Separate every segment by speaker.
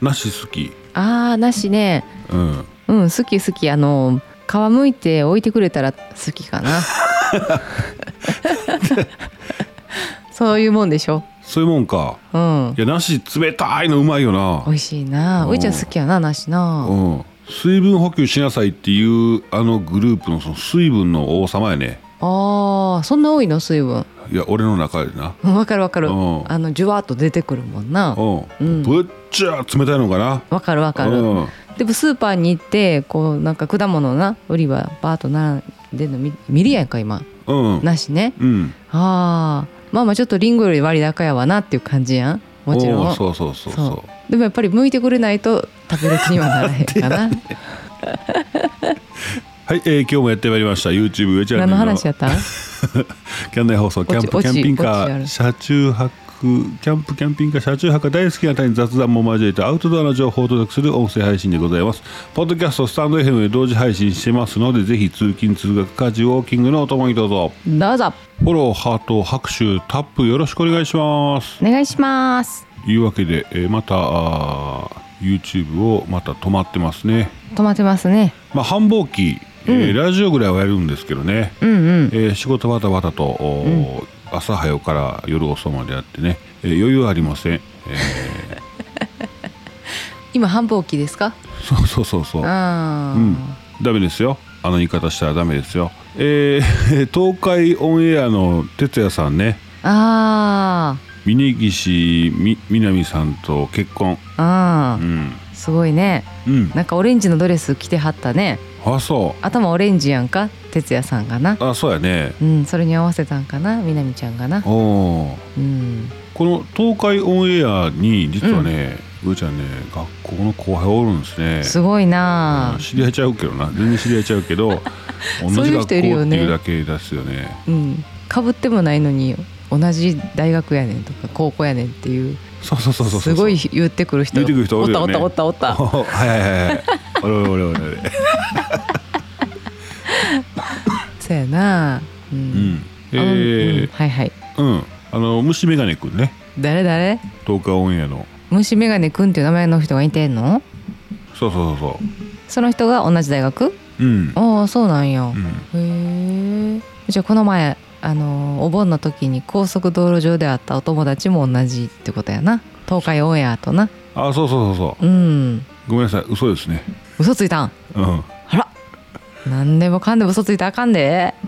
Speaker 1: なし好き
Speaker 2: ああなしね
Speaker 1: うん
Speaker 2: うん好き好きあの皮むいて置いてくれたら好 きかなそういうもんでしょ
Speaker 1: そういうもんか
Speaker 2: うん
Speaker 1: いや梨冷たいのうまいよな
Speaker 2: 美味しいな
Speaker 1: うん
Speaker 2: おいちゃん好きやななしな
Speaker 1: うん水分補給しなさいっていうあのグループのその水分の王様やね
Speaker 2: あーそんな多いの水分
Speaker 1: いや俺の中でな
Speaker 2: うんわかるわかる
Speaker 1: うん
Speaker 2: あのじゅわっと出てくるもんな
Speaker 1: う
Speaker 2: うん
Speaker 1: んぶっちゃ冷たいのかな
Speaker 2: わかるわか
Speaker 1: う
Speaker 2: る
Speaker 1: ん
Speaker 2: でもスーパーに行ってこうなんか果物な売り場バーッと並んでんの見見るやんか今
Speaker 1: うん
Speaker 2: なしね
Speaker 1: うん
Speaker 2: ああまあまあちょっとリンゴより割高やわなっていう感じやんもちろ
Speaker 1: おー
Speaker 2: ん
Speaker 1: そうそうそう
Speaker 2: そ
Speaker 1: そう
Speaker 2: でもやっぱり向いてくれないと食べる気にはならへん かな
Speaker 1: はい、えー、今日もやってまいりました YouTube 上チャンネル
Speaker 2: 何の話やった ん
Speaker 1: キャンナイ放送キャンプ
Speaker 2: オ
Speaker 1: キ
Speaker 2: チ
Speaker 1: ャンピングカ
Speaker 2: オチあ
Speaker 1: ー
Speaker 2: る
Speaker 1: 車中泊キャンプキャンピングカー車中泊が大好きな方に雑談も交えてアウトドアの情報をお届けする音声配信でございますポッドキャストスタンド FM で同時配信してますのでぜひ通勤通学家事ウォーキングのお供にどうぞ
Speaker 2: どうぞ
Speaker 1: フォローハート拍手タップよろしくお願いします
Speaker 2: お願いします
Speaker 1: というわけで、えーまたあー YouTube をまた止まってますね
Speaker 2: 止まってますね
Speaker 1: まあ繁忙期、えーラジオぐらいはやるんですけどね
Speaker 2: うんうん
Speaker 1: えー仕事バタバタと、おー朝早うから夜遅うまでやってね、えー余裕ありません、え
Speaker 2: 今繁忙期ですか
Speaker 1: ー そうそうそうそう、う
Speaker 2: ああ、
Speaker 1: ん、ダメですよあの言い方したらダメですよえー 東海オンエアの哲也さんね
Speaker 2: あ
Speaker 1: 峯岸みみなみさんと結婚
Speaker 2: ああ
Speaker 1: う
Speaker 2: あ
Speaker 1: ん
Speaker 2: すごいね
Speaker 1: うん
Speaker 2: なんかオレンジのドレス着てはったね
Speaker 1: あそ
Speaker 2: 頭オレンジやんか哲也さんがな
Speaker 1: うあそうやね
Speaker 2: うんそれに合わせたんかなみなみちゃんがな
Speaker 1: おー
Speaker 2: うん
Speaker 1: この東海オンエアに実はね、うーちゃんね学校の後輩おるんですね
Speaker 2: すごいなあ
Speaker 1: 知り合いちゃうけどな全然知り合いちゃうけ ど同
Speaker 2: そう
Speaker 1: じ学
Speaker 2: いう
Speaker 1: 校って
Speaker 2: 人いるよね
Speaker 1: いうだけですよね
Speaker 2: うん、かぶってもないのに同じ大学やねんとか高校やねんっていう
Speaker 1: そうそうそうそうそう
Speaker 2: すごい言ってくる人
Speaker 1: 言ってくる人おるよね
Speaker 2: おったおったおっ
Speaker 1: お はいはいはいはいおれおれおれおれ
Speaker 2: たそうやなう、
Speaker 1: うんん
Speaker 2: あ
Speaker 1: え
Speaker 2: のうん
Speaker 1: ー
Speaker 2: はいはい
Speaker 1: うんあの虫眼鏡くんね
Speaker 2: 誰誰
Speaker 1: 東海オンエアの
Speaker 2: 虫眼鏡くんっていう名前の人がいてんの
Speaker 1: そうそうそうそ
Speaker 2: その人が同じ大学
Speaker 1: ううん
Speaker 2: ああそうなんや、
Speaker 1: うん
Speaker 2: へえじゃあこの前あのお盆の時に高速道路上で会ったお友達も同じってことやな東海オンエアとな
Speaker 1: あそうそうそうそ
Speaker 2: うん
Speaker 1: うごめんなさい嘘ですね
Speaker 2: 嘘ついたん
Speaker 1: うんは
Speaker 2: あら何でもかんでも嘘ついたらあかんで
Speaker 1: い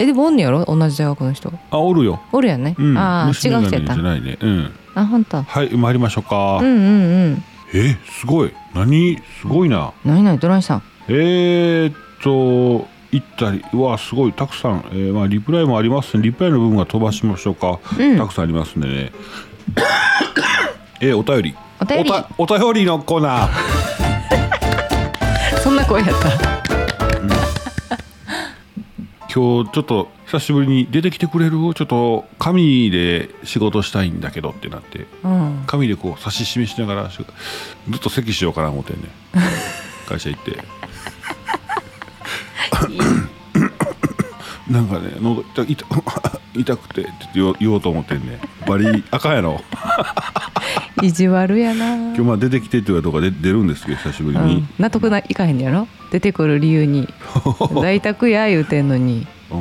Speaker 2: えでもおんねやろ同じ大学の人
Speaker 1: あおるよ
Speaker 2: おるやんね、
Speaker 1: うん
Speaker 2: ああ
Speaker 1: 虫
Speaker 2: 違
Speaker 1: 眼
Speaker 2: う人
Speaker 1: 鏡
Speaker 2: やっ
Speaker 1: じゃ
Speaker 2: た
Speaker 1: ないねうん
Speaker 2: あ本当。
Speaker 1: はい参りましょうか
Speaker 2: うんうんうん
Speaker 1: えすごい何すごいな
Speaker 2: 何何どないしたん
Speaker 1: えー、っと行ったりうわすごいたくさん、えーまあ、リプライもありますねリプライの部分は飛ばしましょうか、
Speaker 2: うん
Speaker 1: たくさんありますんでねえーお便り
Speaker 2: お便り
Speaker 1: おたお便りのコーナー
Speaker 2: そんな声やった
Speaker 1: 今日ちょっと久しぶりに出てきてくれるちょっと紙で仕事したいんだけどってなって
Speaker 2: うん
Speaker 1: 紙でこう指し示しながらしずっと席しようかな思 ってね会社行って なんかね喉痛痛痛くてって言おう言おうと思ってんねバリ赤やろ
Speaker 2: 意地悪やな、
Speaker 1: 今日まあ出てきてって言われたとかで出るんですけど久しぶり
Speaker 2: う
Speaker 1: に
Speaker 2: ん、、納得ないかへんやろ出てくる理 由に在宅や言うてんのに
Speaker 1: う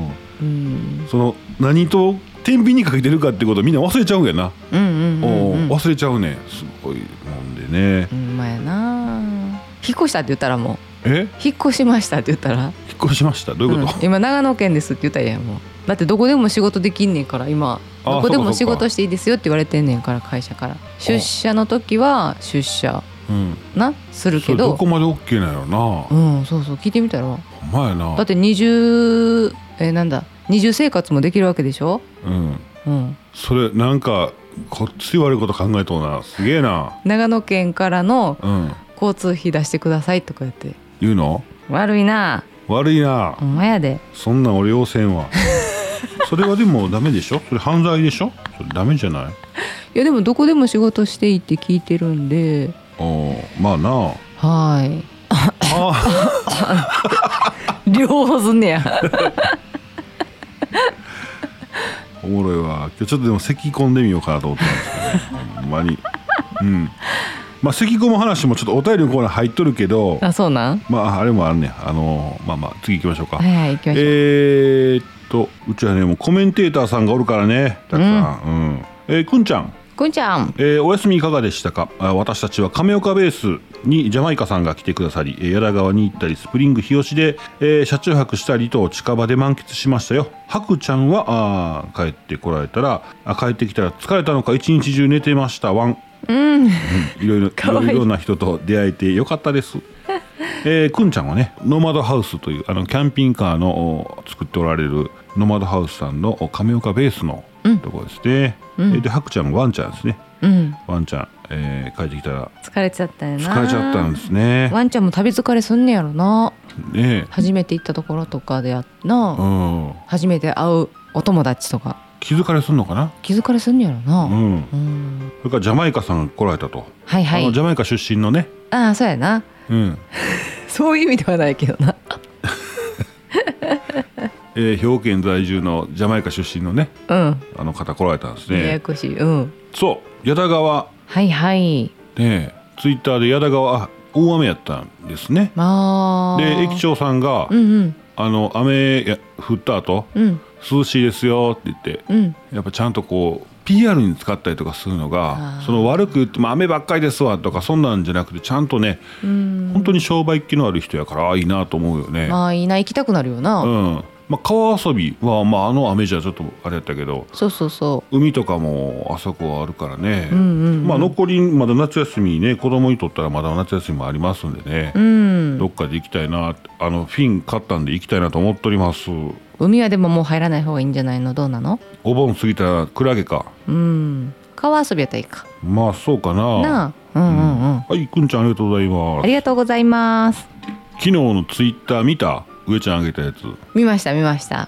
Speaker 1: ん
Speaker 2: うん
Speaker 1: その何と天秤にかけてるかってことみんな忘れちゃうんやな、
Speaker 2: うんうんうんうん
Speaker 1: おう忘れちゃうねすごいもんでね
Speaker 2: うんまやな引っ越したって言ったらも
Speaker 1: え
Speaker 2: う引っ越しましたって言ったら
Speaker 1: 引っ越しましたどういうこと、
Speaker 2: うん今長野県ですって言ったらええやんもうだってどこでも仕事できんねんから今
Speaker 1: あー
Speaker 2: どこでも
Speaker 1: そ
Speaker 2: 仕
Speaker 1: うかそうか
Speaker 2: 事していいですよって言われてんねんから会社から出社の時は出社
Speaker 1: うん
Speaker 2: なする
Speaker 1: そ
Speaker 2: け
Speaker 1: れど
Speaker 2: ど
Speaker 1: こまで OK なんやろな、
Speaker 2: うんそうそう聞いてみたらだ
Speaker 1: ほんまやな
Speaker 2: って二重えーなんだ二重生活もできるわけでしょ
Speaker 1: うん
Speaker 2: うん
Speaker 1: それなんかこっち悪いこと考えとうなすげえな
Speaker 2: 長野県からの
Speaker 1: うん
Speaker 2: 交通費出してくださいとかやって
Speaker 1: 言うの
Speaker 2: 悪いな
Speaker 1: 悪いな
Speaker 2: お前やで
Speaker 1: そんなん俺要せん わそれはでもダメでしょそれ犯罪でしょそれダメじゃない
Speaker 2: いやでもどこでも仕事していいって聞いてるんで
Speaker 1: おーまあなあ
Speaker 2: はい
Speaker 1: あ
Speaker 2: 両方すんねや
Speaker 1: ーおもろいわ今日ちょっとでも咳込んでみようかなと思ったんですけどねほんまにうんまあ関子の話もちょっとお便りのコーナー入っとるけど
Speaker 2: あそうなん
Speaker 1: まああれもあるねあのまあまあ次行きましょうか、
Speaker 2: はいはい行きましょう、
Speaker 1: えー、っとうちはねもうコメンテーターさんがおるからねたくさん、うんえーくんちゃん
Speaker 2: くんちゃん
Speaker 1: えーお休みいかがでしたかあ私たちは亀岡ベースにジャマイカさんが来てくださりえー矢田川に行ったりスプリング日吉で、えー車中泊したりと近場で満喫しましたよハクちゃんはあー帰ってこられたらあ帰ってきたら疲れたのか一日中寝てましたワンうんいろいろい
Speaker 2: かわい
Speaker 1: ろ
Speaker 2: い
Speaker 1: いろな人と出会えてよかったですえーくんちゃんはねノマドハウスというあのキャンピングカーのお作っておられるノマドハウスさんのお亀岡ベースのところですね、えーでハクちゃんもワンちゃんですね
Speaker 2: うん
Speaker 1: ワンちゃん、えー帰ってきたら
Speaker 2: 疲れちゃったよな
Speaker 1: 疲れちゃったんですね
Speaker 2: ワンちゃんも旅疲れすんねやろな
Speaker 1: ね
Speaker 2: 初めて行ったところとかでやな、
Speaker 1: え、うん、
Speaker 2: 初めて会うお友達とか
Speaker 1: 気づかれすんのかな
Speaker 2: 気づかれすんねやろ
Speaker 1: う
Speaker 2: な、
Speaker 1: ん
Speaker 2: うん
Speaker 1: それからジャマイカさんが来られたと、
Speaker 2: はいは
Speaker 1: あ
Speaker 2: い
Speaker 1: のジャマイカ出身のね
Speaker 2: ああそうやな
Speaker 1: うん
Speaker 2: そういう意味ではないけどな
Speaker 1: えー兵庫県在住のジャマイカ出身のね
Speaker 2: うん
Speaker 1: あの方来られたんです
Speaker 2: や
Speaker 1: ね
Speaker 2: やこしいうん
Speaker 1: そう矢田川
Speaker 2: はいはい
Speaker 1: ねえツイッターで矢田川あ大雨やったんですね
Speaker 2: まあ
Speaker 1: で駅長さんが、
Speaker 2: うんうん
Speaker 1: あの雨や降った後
Speaker 2: うん
Speaker 1: 涼しいですよって言って
Speaker 2: うん
Speaker 1: やっぱちゃんとこう PR に使ったりとかするのが
Speaker 2: あー
Speaker 1: その悪く言っても雨ばっかりですわとかそんなんじゃなくてちゃんとね
Speaker 2: うん
Speaker 1: 本当に商売っ気のある人やからあいいなと思うよね。
Speaker 2: まあいいな行きたくなるよな、
Speaker 1: うんまあ、川遊びは、まあ、あの雨じゃちょっとあれやったけど
Speaker 2: そうそうそ
Speaker 1: 海とかもあそこはあるからね、
Speaker 2: ううんうん
Speaker 1: まあ、残りまだ夏休みね子供にとったらまだ夏休みもありますんでね、
Speaker 2: うん
Speaker 1: どっかで行きたいなあのフィン買ったんで行きたいなと思っております
Speaker 2: 海はでももう入らない方がいいんじゃないのどうなの
Speaker 1: お盆過ぎたらクラゲか
Speaker 2: うん川遊びやったらいいか
Speaker 1: まあそうかな
Speaker 2: なあうんうんうん、
Speaker 1: はいくんちゃんありがとうございます
Speaker 2: ありがとうございます
Speaker 1: 昨日のツイッター見た上ちゃんあげたやつ
Speaker 2: 見ました見ました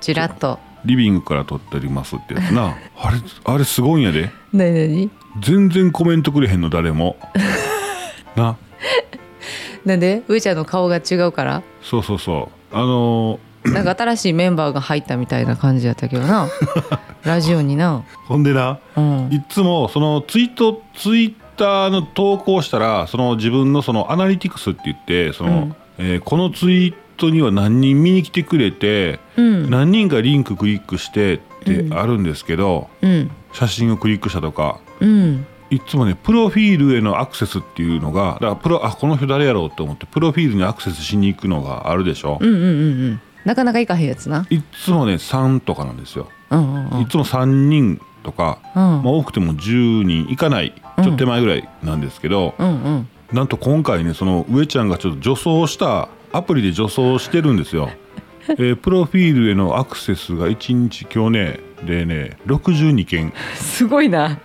Speaker 2: ちらっと
Speaker 1: リビングから撮っておりますってやつ なあれあれすごいんやで
Speaker 2: なになに
Speaker 1: 全然コメントくれへんの誰 もな
Speaker 2: なんで上ちゃんの顔が違うから
Speaker 1: そうそうそうあの
Speaker 2: なんか新しいメンバーが入ったみたいな感じだったけど なラジオにな
Speaker 1: ーほんでな
Speaker 2: うん
Speaker 1: いつもそのツイートツイッターの投稿したらその自分のそのアナリティクスって言ってその、
Speaker 2: うん
Speaker 1: えーこのツイートには何人見に来てくれて、
Speaker 2: うん
Speaker 1: 何人がリンククリックしてってあるんですけど、
Speaker 2: うん
Speaker 1: 写真をクリックしたとか
Speaker 2: うん
Speaker 1: いつもねプロフィールへのアクセスっていうのがだからプロあこの人誰やろうと思ってプロフィールにアクセスしに行くのがあるでしょ、
Speaker 2: うんうんうんうんなかなかいかへんやつない
Speaker 1: つもね3とかなんですよ、
Speaker 2: うんうんうん
Speaker 1: いつも3人とか、
Speaker 2: うん
Speaker 1: まあ、多くても10人いかないちょっと手前ぐらいなんですけど、
Speaker 2: うんうん
Speaker 1: なんと今回ねその上ちゃんがちょっと助走したアプリで助走してるんです よ、えープロフィールへのアクセスが1日今日ねでね62件
Speaker 2: すごいな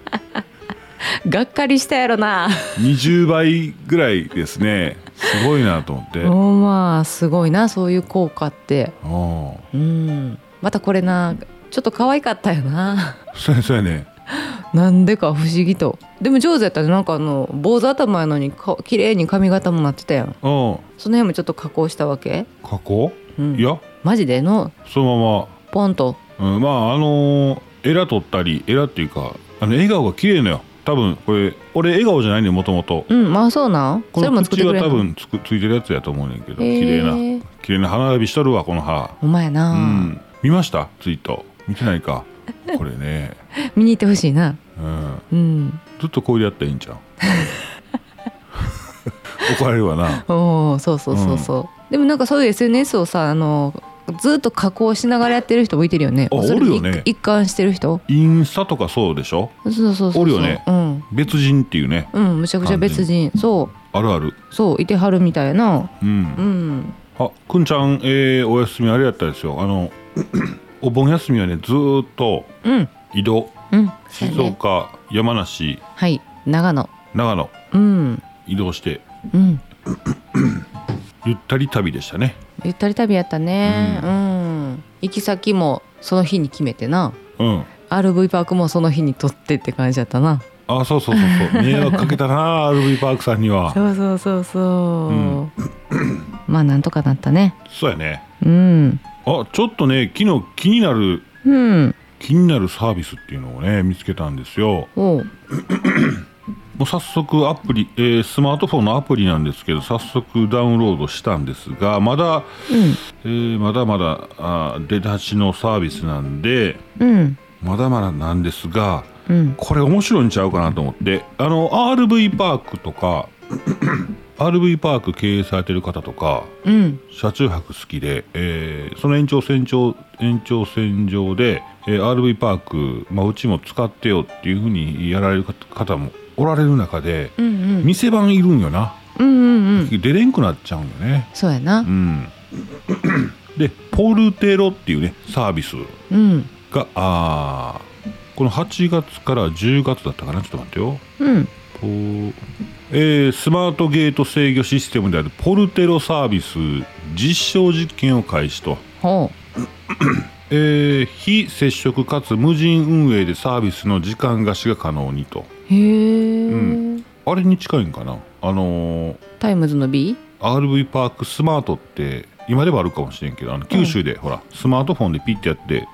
Speaker 2: がっかりしたやろな
Speaker 1: 20倍ぐらいですねすごいなと思って。
Speaker 2: おまあすごいなそういう効果って
Speaker 1: あ
Speaker 2: うんまたこれなちょっと可愛かったよな
Speaker 1: あそうやそうやね
Speaker 2: なんでか不思議とでも上手やったねなんかあの坊主頭やのにか綺麗に髪型もなってたやん
Speaker 1: うん
Speaker 2: その辺もちょっと加工したわけ
Speaker 1: 加工、
Speaker 2: うん
Speaker 1: いや
Speaker 2: マジでの
Speaker 1: その
Speaker 2: ポンと
Speaker 1: まま、うん、まああのーエラ取ったりエラっていうかあの笑顔が綺麗なよ多分これ俺笑顔じゃないねもともと
Speaker 2: うんまあそうなんそ
Speaker 1: こ
Speaker 2: れも
Speaker 1: の
Speaker 2: 作っ
Speaker 1: 口
Speaker 2: てくれ
Speaker 1: は
Speaker 2: んの
Speaker 1: 多分つくついてるやつやと思うねんけど
Speaker 2: へえ
Speaker 1: 綺麗な綺麗な歯並びしとるわこの歯
Speaker 2: お前な、
Speaker 1: うん見ましたツイート見てないかこれね、
Speaker 2: 見に行ってほしいな
Speaker 1: うん、
Speaker 2: うん
Speaker 1: ずっとこうやったらいいんちゃう 怒られるわな
Speaker 2: おおそうそうそうそう、でもなんかそういう SNS をさあのずっと加工しながらやってる人もいてるよね
Speaker 1: あ
Speaker 2: そ
Speaker 1: お
Speaker 2: れ
Speaker 1: るよね
Speaker 2: 一一貫してる人
Speaker 1: インスタとかそうでしょ
Speaker 2: そうそうそうそう
Speaker 1: おるよね
Speaker 2: うん
Speaker 1: 別人っていうね
Speaker 2: うんむちゃくちゃ別人そ
Speaker 1: あるある
Speaker 2: うそういてはるみたいな
Speaker 1: うん
Speaker 2: うん
Speaker 1: あくんちゃん、えーお休みあれやったですよあの お盆休みはねずーっと
Speaker 2: うん
Speaker 1: 移動
Speaker 2: うんそう
Speaker 1: 静
Speaker 2: やね
Speaker 1: 岡、山梨
Speaker 2: はい長野
Speaker 1: 長野
Speaker 2: うん
Speaker 1: 移動して
Speaker 2: うん
Speaker 1: ゆったり旅でしたね
Speaker 2: ゆったり旅やったねうん、行き先もその日に決めてな
Speaker 1: うん
Speaker 2: RV パークもその日に撮ってって感じだったな
Speaker 1: あそうそうそう そう迷惑かけたな RV パークさんには
Speaker 2: そうそうそうそう、
Speaker 1: う
Speaker 2: まあなんとかなったね
Speaker 1: そうやね
Speaker 2: うん
Speaker 1: あちょっとね昨日気になる
Speaker 2: うん
Speaker 1: 気になるサービスっていうのをね見つけたんですよ
Speaker 2: おう
Speaker 1: もう早速アプリ、えースマートフォンのアプリなんですけど早速ダウンロードしたんですがまだ、えーまだまだあー出だしのサービスなんで
Speaker 2: うん
Speaker 1: まだまだなんですが
Speaker 2: うん
Speaker 1: これ面白いんちゃうかなと思ってあの RV パークとか RV パーク経営されてる方とか
Speaker 2: うん
Speaker 1: 車中泊好きで、えーその延長線上延長線上で、えー RV パーク、まあ、うちも使ってよっていうふうにやられる方方もおられる中で
Speaker 2: うんうん
Speaker 1: 店番いるんよな、
Speaker 2: うんうんうん
Speaker 1: 出れんくなっちゃうんよね
Speaker 2: そうやな
Speaker 1: うん でポルテロっていうねサービス
Speaker 2: うん
Speaker 1: があーこの8月から10月だったかなちょっと待ってよ
Speaker 2: うん
Speaker 1: ポーえースマートゲート制御システムであるポルテロサービス実証実験を開始と
Speaker 2: ほ
Speaker 1: えー非接触かつ無人運営でサービスの時間貸しが可能にと
Speaker 2: うへえ、
Speaker 1: うあれに近いんかなあのー
Speaker 2: タイムズの B?
Speaker 1: RV パークスマートって今ではあるかもしれんけどあの九州で、ほらスマートフォンでピッてやって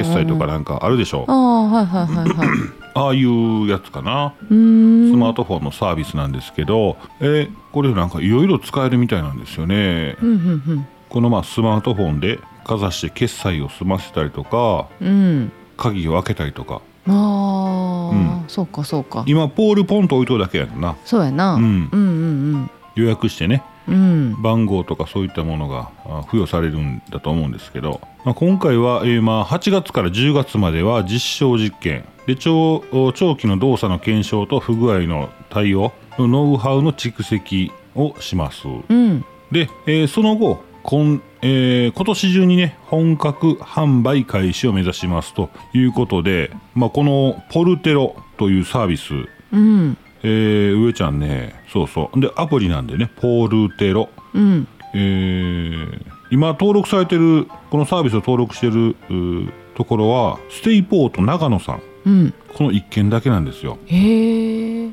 Speaker 1: 決
Speaker 2: 決
Speaker 1: 済とかなんかあるでしょ、
Speaker 2: ああはいはいはい はい
Speaker 1: ああいうやつかな
Speaker 2: うーん
Speaker 1: スマートフォンのサービスなんですけど、えーこれなんかいろいろ使えるみたいなんですよね
Speaker 2: うんうん
Speaker 1: このまあスマートフォンでかざして決済を済ませたりとか
Speaker 2: うん
Speaker 1: 鍵を開けたりとか
Speaker 2: うんああ、
Speaker 1: う
Speaker 2: そうかそうか
Speaker 1: 今ポールポンと置いとるだけやんな
Speaker 2: そうやな、
Speaker 1: うん
Speaker 2: うんうん
Speaker 1: 予約してね
Speaker 2: うんうん
Speaker 1: 番号とかそういったものがあ付与されるんだと思うんですけど、まあ、今回は、えーまあ8月から10月までは実証実験で長長期の動作の検証と不具合の対応のノウハウの蓄積をします
Speaker 2: うん
Speaker 1: で、えーその後こん、えー今年中にね本格販売開始を目指しますということで、まあ、このポルテロというサービス
Speaker 2: うん
Speaker 1: えー、上ちゃんねそうそうでアプリなんでねポールテロ
Speaker 2: うん
Speaker 1: えー今登録されてるこのサービスを登録してるうーところはステイポート長野さん
Speaker 2: うん
Speaker 1: この1件だけなんですよ
Speaker 2: へえ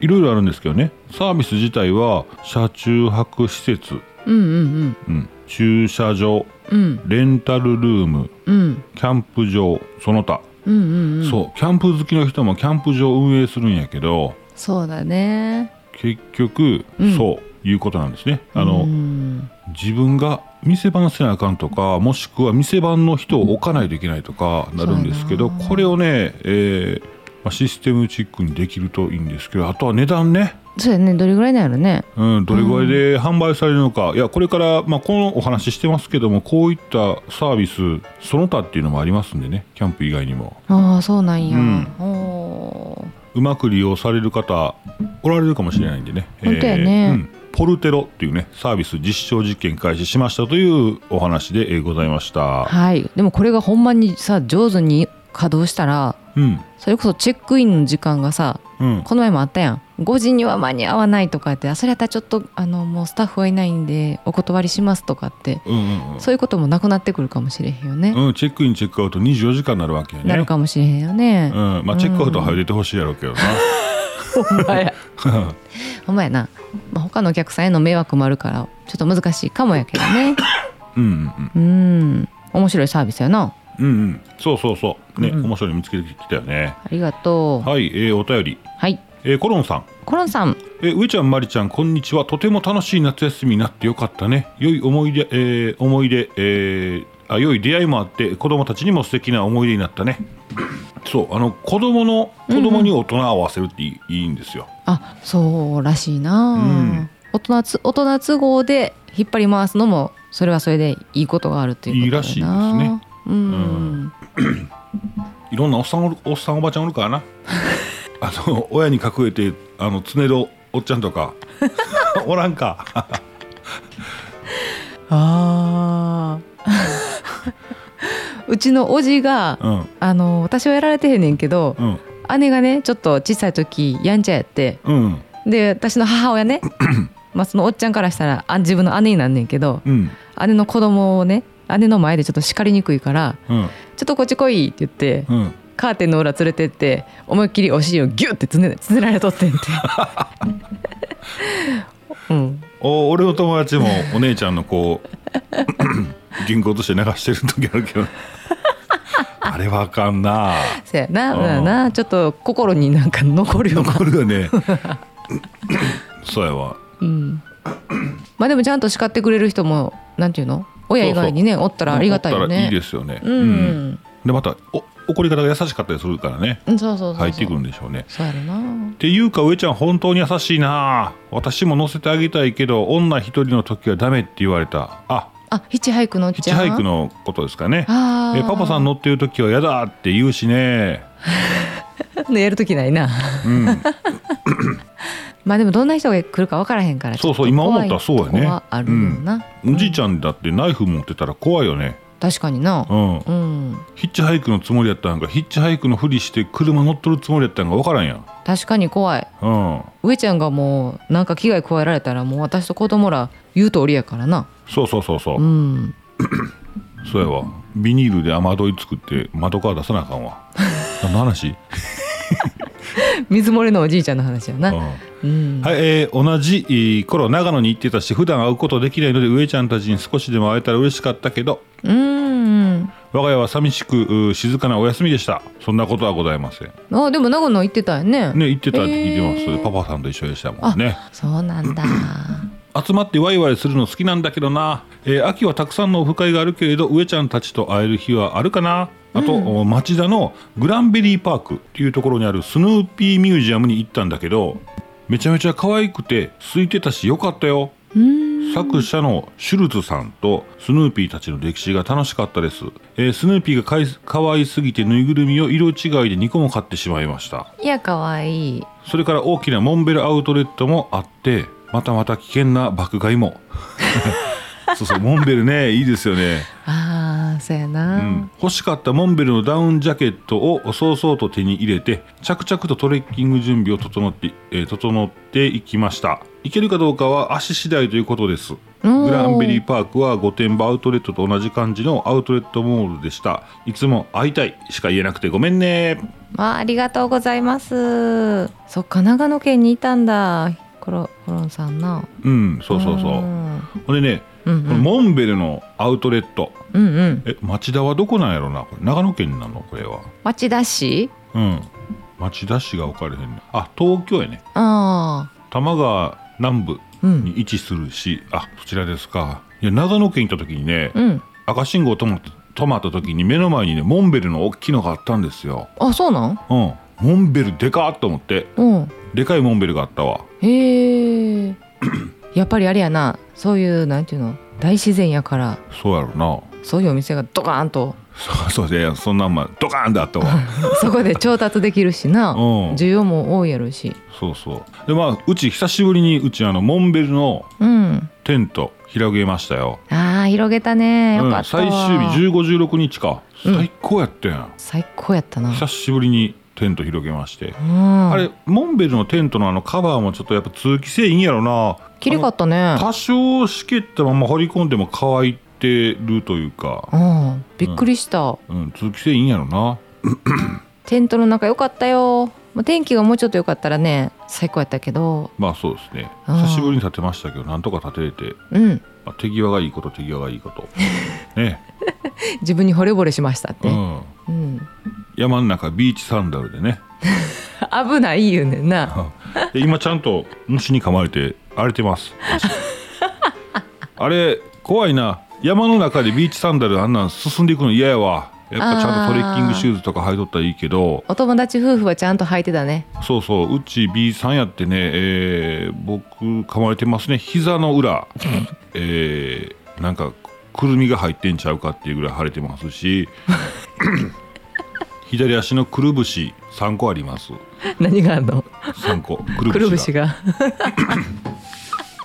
Speaker 1: いろいろあるんですけどねサービス自体は車中泊施設、
Speaker 2: うんうん
Speaker 1: うん、駐車場
Speaker 2: うんうん
Speaker 1: レンタルルーム
Speaker 2: うん
Speaker 1: キャンプ場その他、
Speaker 2: うんうんうん
Speaker 1: そうキャンプ好きの人もキャンプ場を運営するんやけど
Speaker 2: そうだね
Speaker 1: 結局、
Speaker 2: うん
Speaker 1: そういうことなんですねあの、
Speaker 2: うん
Speaker 1: 自分が店番せなあかんとかもしくは店番の人を置かないといけないとかなるんですけど
Speaker 2: そうやな
Speaker 1: これをね、えーまあ、システムチックにできるといいんですけどあとは値段ね、
Speaker 2: そうやねどれぐらいなんやろね
Speaker 1: うん、どれぐらいで販売されるのか、いやこれから、まあ、このお話ししてますけどもこういったサービスその他っていうのもありますんでねキャンプ以外にも
Speaker 2: ああそうなんや、
Speaker 1: うん
Speaker 2: お
Speaker 1: うまく利用される方おられるかもしれないんでね
Speaker 2: 本当やね
Speaker 1: えーうんポルテロっていうねサービス実証実験開始しましたというお話でえーございました。
Speaker 2: ーはいでもこれがほんまにさ上手に稼働したら
Speaker 1: うん
Speaker 2: それこそチェックインの時間がさ
Speaker 1: うん、
Speaker 2: この前もあったやん5時には間に合わないとかってあそれやったらちょっとあのもうスタッフはいないんでお断りしますとかって
Speaker 1: うんうんうん
Speaker 2: そういうこともなくなってくるかもしれへんよね、
Speaker 1: うん、チェックインチェックアウト24時間になるわけやね
Speaker 2: なるかもしれへんよね
Speaker 1: う、んまあ、チェックアウトは入れてほしいやろうけ どな
Speaker 2: ほんまや ほんまやな、まあ、他のお客さんへの迷惑もあるからちょっと難しいかもやけどね
Speaker 1: うんうん
Speaker 2: うん面白いサービスやな
Speaker 1: うんうんうんそうそうそうね、
Speaker 2: うん
Speaker 1: 面白いの見つけてきたよね
Speaker 2: ありがとう
Speaker 1: はい、えーお便り、
Speaker 2: はい
Speaker 1: えーコロンさん
Speaker 2: コロンさん
Speaker 1: えー上ちゃんまりちゃんこんにちはとても楽しい夏休みになってよかったね良い思い出、えー思い出、えーあ良い出会いもあって子供たちにも素敵な思い出になったねそうあの子供の子供に大人を合わせるっていい,、いいんですよ
Speaker 2: あそうらしいな、
Speaker 1: ん
Speaker 2: 大人つ大人都合で引っ張り回すのもそれはそれでいいことがあるっていうことだない
Speaker 1: いらしいですね
Speaker 2: うん、
Speaker 1: んいろんなおっさんおるおっさんおばちゃんおるからな あの親に隠れてあの常のおっちゃんとか おらんか
Speaker 2: ああ うちのおじが
Speaker 1: うん
Speaker 2: あの私はやられてへんねんけど
Speaker 1: うん
Speaker 2: 姉がねちょっと小さい時やんちゃやって
Speaker 1: うん
Speaker 2: で私の母 親ねまあそのおっちゃんからしたらあ自分の姉になんねんけど
Speaker 1: うん
Speaker 2: 姉の子供をね姉の前でちょっと叱りにくいから
Speaker 1: うん
Speaker 2: 「ちょっとこっち来い」って言って
Speaker 1: うん
Speaker 2: カーテンの裏連れてって思いっきりお尻をギュッてつねつねられとっ てんてうん
Speaker 1: お俺の友達もお 姉ちゃんの子を銀行として流してる時あるけどあれわかんな
Speaker 2: せやなそうやなちょっと心になんか残るよな
Speaker 1: 残るよねそうやわ
Speaker 2: うんまあでもちゃんと叱ってくれる人もなんていうの親以外にねおったらありがたいよ
Speaker 1: 思ったらい
Speaker 2: ね
Speaker 1: いですよね、
Speaker 2: うんうん
Speaker 1: でまたお怒り方が優しかったりするからね
Speaker 2: うんそうそうそうそう
Speaker 1: 入ってくるんでしょうね
Speaker 2: そうやろな
Speaker 1: っていうか上ちゃん本当に優しいな私も乗せてあげたいけど女一人の時はダメって言われたあ
Speaker 2: あヒッチハイクのおっ
Speaker 1: ヒッ
Speaker 2: ち
Speaker 1: チ
Speaker 2: ゃん
Speaker 1: ハイクのことですかね
Speaker 2: あー
Speaker 1: えパパさん乗ってる時は嫌だって言うしね
Speaker 2: のやるときないな
Speaker 1: うん
Speaker 2: まあでもどんな人が来るか分からへんから
Speaker 1: そうそう
Speaker 2: ちょっと
Speaker 1: 今思
Speaker 2: 怖
Speaker 1: っ
Speaker 2: い
Speaker 1: たらそうやね
Speaker 2: とこはあるよな、
Speaker 1: おじいちゃんだってナイフ持ってたら怖いよね
Speaker 2: 確かにな
Speaker 1: うん
Speaker 2: うん
Speaker 1: ヒッチハイクのつもりやったんかヒッチハイクのふりして車乗っとるつもりやったんか分からんやん
Speaker 2: 確かに怖い
Speaker 1: うん
Speaker 2: 上ちゃんがもうなんか危害加えられたらもう私と子供ら言う通りやからな
Speaker 1: そうそうそうそう、
Speaker 2: うん
Speaker 1: そうやわビニールで雨どい作って窓から出さなあかんわ 何の話、
Speaker 2: 水漏れのおじいちゃんの話や
Speaker 1: う
Speaker 2: な、
Speaker 1: ん
Speaker 2: うん
Speaker 1: はい、えー同じえー頃長野に行ってたし普段会うことできないので上ちゃんたちに少しでも会えたら嬉しかったけど
Speaker 2: うーん
Speaker 1: 我が家は寂しくうー静かなお休みでしたそんなことはございません
Speaker 2: あでも長野行ってたよね
Speaker 1: ね行ってたって聞いてます、
Speaker 2: へー
Speaker 1: パパさんと一緒でしたもんね
Speaker 2: そうな んだ
Speaker 1: 集まってワイワイするの好きなんだけどな、えー秋はたくさんのオフ会があるけれど上ちゃんたちと会える日はあるかなあと、町田のグランベリーパークっていうところにあるスヌーピーミュージアムに行ったんだけどめちゃめちゃ可愛くて空いてたしよかったよ
Speaker 2: うん
Speaker 1: 作者のシュルツさんとスヌーピーたちの歴史が楽しかったです、えースヌーピーがかい可愛すぎてぬいぐるみを色違いで2個も買ってしまいました
Speaker 2: いや可愛い
Speaker 1: それから大きなモンベルアウトレットもあってまたまた危険な爆買いも そうそうモンベルねいいですよね、
Speaker 2: あーそうやな、
Speaker 1: うん、欲しかったモンベルのダウンジャケットを早々と手に入れて着々とトレッキング準備を整って、えー整っていきました行けるかどうかは足次第ということです
Speaker 2: おー
Speaker 1: グランベリーパークは御殿場アウトレットと同じ感じのアウトレットモールでしたいつも会いたいしか言えなくてごめんね
Speaker 2: まあありがとうございますそっか長野県にいたんだコロコロンさんな
Speaker 1: うんそうそうそうんほんでね
Speaker 2: うん
Speaker 1: このモンベルのアウトレット
Speaker 2: うんうん
Speaker 1: え町田はどこなんやろなこれ長野県なのこれは
Speaker 2: 町田市
Speaker 1: うん町田市が分かれへんねあ東京やね
Speaker 2: ああ
Speaker 1: 多摩川南部
Speaker 2: うん
Speaker 1: に位置するし、あそちらですかいや長野県行った時にね、
Speaker 2: うん
Speaker 1: 赤信号止まった止まった時に目の前にねモンベルの大きいのがあったんですよ
Speaker 2: あそうなん
Speaker 1: うんモンベルでかっと思って
Speaker 2: うん
Speaker 1: でかいモンベルがあったわ
Speaker 2: へえ やっぱりあれやなそういうなんていうの大自然やから
Speaker 1: そうやろな
Speaker 2: そういうお店がドカー ンと
Speaker 1: そうそうでそんなんまドカーンであったわ
Speaker 2: そこで調達できるしな
Speaker 1: うん
Speaker 2: 需要も多いやろし
Speaker 1: そうそうでまあうち久しぶりにうちあのモンベルの
Speaker 2: うん
Speaker 1: テント広げましたよ
Speaker 2: あー広げたねよかったわ、
Speaker 1: うん、最終日1516日か
Speaker 2: うん
Speaker 1: 最高やったやん、
Speaker 2: 最高やったな
Speaker 1: 久しぶりにテント広げまして、
Speaker 2: うん
Speaker 1: あれモンベルのテントのあのカバーもちょっとやっぱ通気性いいんやろな
Speaker 2: きれかったね
Speaker 1: あの多少しけったまま掘り込んでも乾いてるというか、
Speaker 2: うんびっくりした、
Speaker 1: うん、通気性いいんやろな
Speaker 2: テントの中良かったよまあ天気がもうちょっと良かったらね最高やったけど
Speaker 1: まあそうですね
Speaker 2: うん
Speaker 1: 久しぶりに建てましたけどなんとか建てれて、
Speaker 2: うん
Speaker 1: まあ、手際がいいこと手際がいいこと ね、
Speaker 2: 自分に惚れ惚れしましたっ
Speaker 1: う
Speaker 2: て、
Speaker 1: ん、
Speaker 2: うん、
Speaker 1: 山の中ビーチサンダルでね
Speaker 2: 危ない言うねんな
Speaker 1: で今ちゃんと虫に噛まれて荒れて ます足あれ怖いな山の中でビーチサンダルあんなん進んでいくの嫌やわやっぱちゃんとトレッキングシューズとか履いとったらいいけど
Speaker 2: お友達夫婦はちゃんと履いてたね
Speaker 1: そうそううち B さんやってね、えー僕噛まれてますね膝の 裏えーなんかくるみが入ってんちゃうかっていうぐらい腫れてます し左足のくるぶし3個あります
Speaker 2: 何があんの
Speaker 1: 3個く
Speaker 2: くる
Speaker 1: るぶ
Speaker 2: ぶ
Speaker 1: し
Speaker 2: し
Speaker 1: が
Speaker 2: が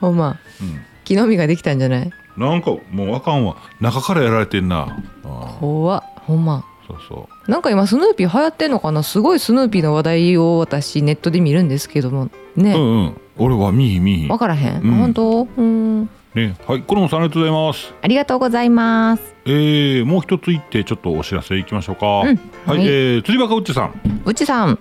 Speaker 2: ほんま
Speaker 1: うん
Speaker 2: 木の実ができたんじゃない
Speaker 1: なんかもうあかんわ中からやられてんなあー
Speaker 2: 怖っほんま
Speaker 1: そうそ
Speaker 2: なんか今スヌーピー流行ってんのかなすごいスヌーピーの話題を私ネットで見るんですけども
Speaker 1: うう
Speaker 2: ね、
Speaker 1: んうん俺はミヒミヒ
Speaker 2: わからへん、
Speaker 1: うん
Speaker 2: 本当うん
Speaker 1: ねはいコロンさんありがとうございます
Speaker 2: ありがとうございます
Speaker 1: えー、もう一つ言ってちょっとお知らせいきましょうか、
Speaker 2: うん
Speaker 1: はい、
Speaker 2: はい
Speaker 1: えー、釣りバカウッチさん
Speaker 2: うちさん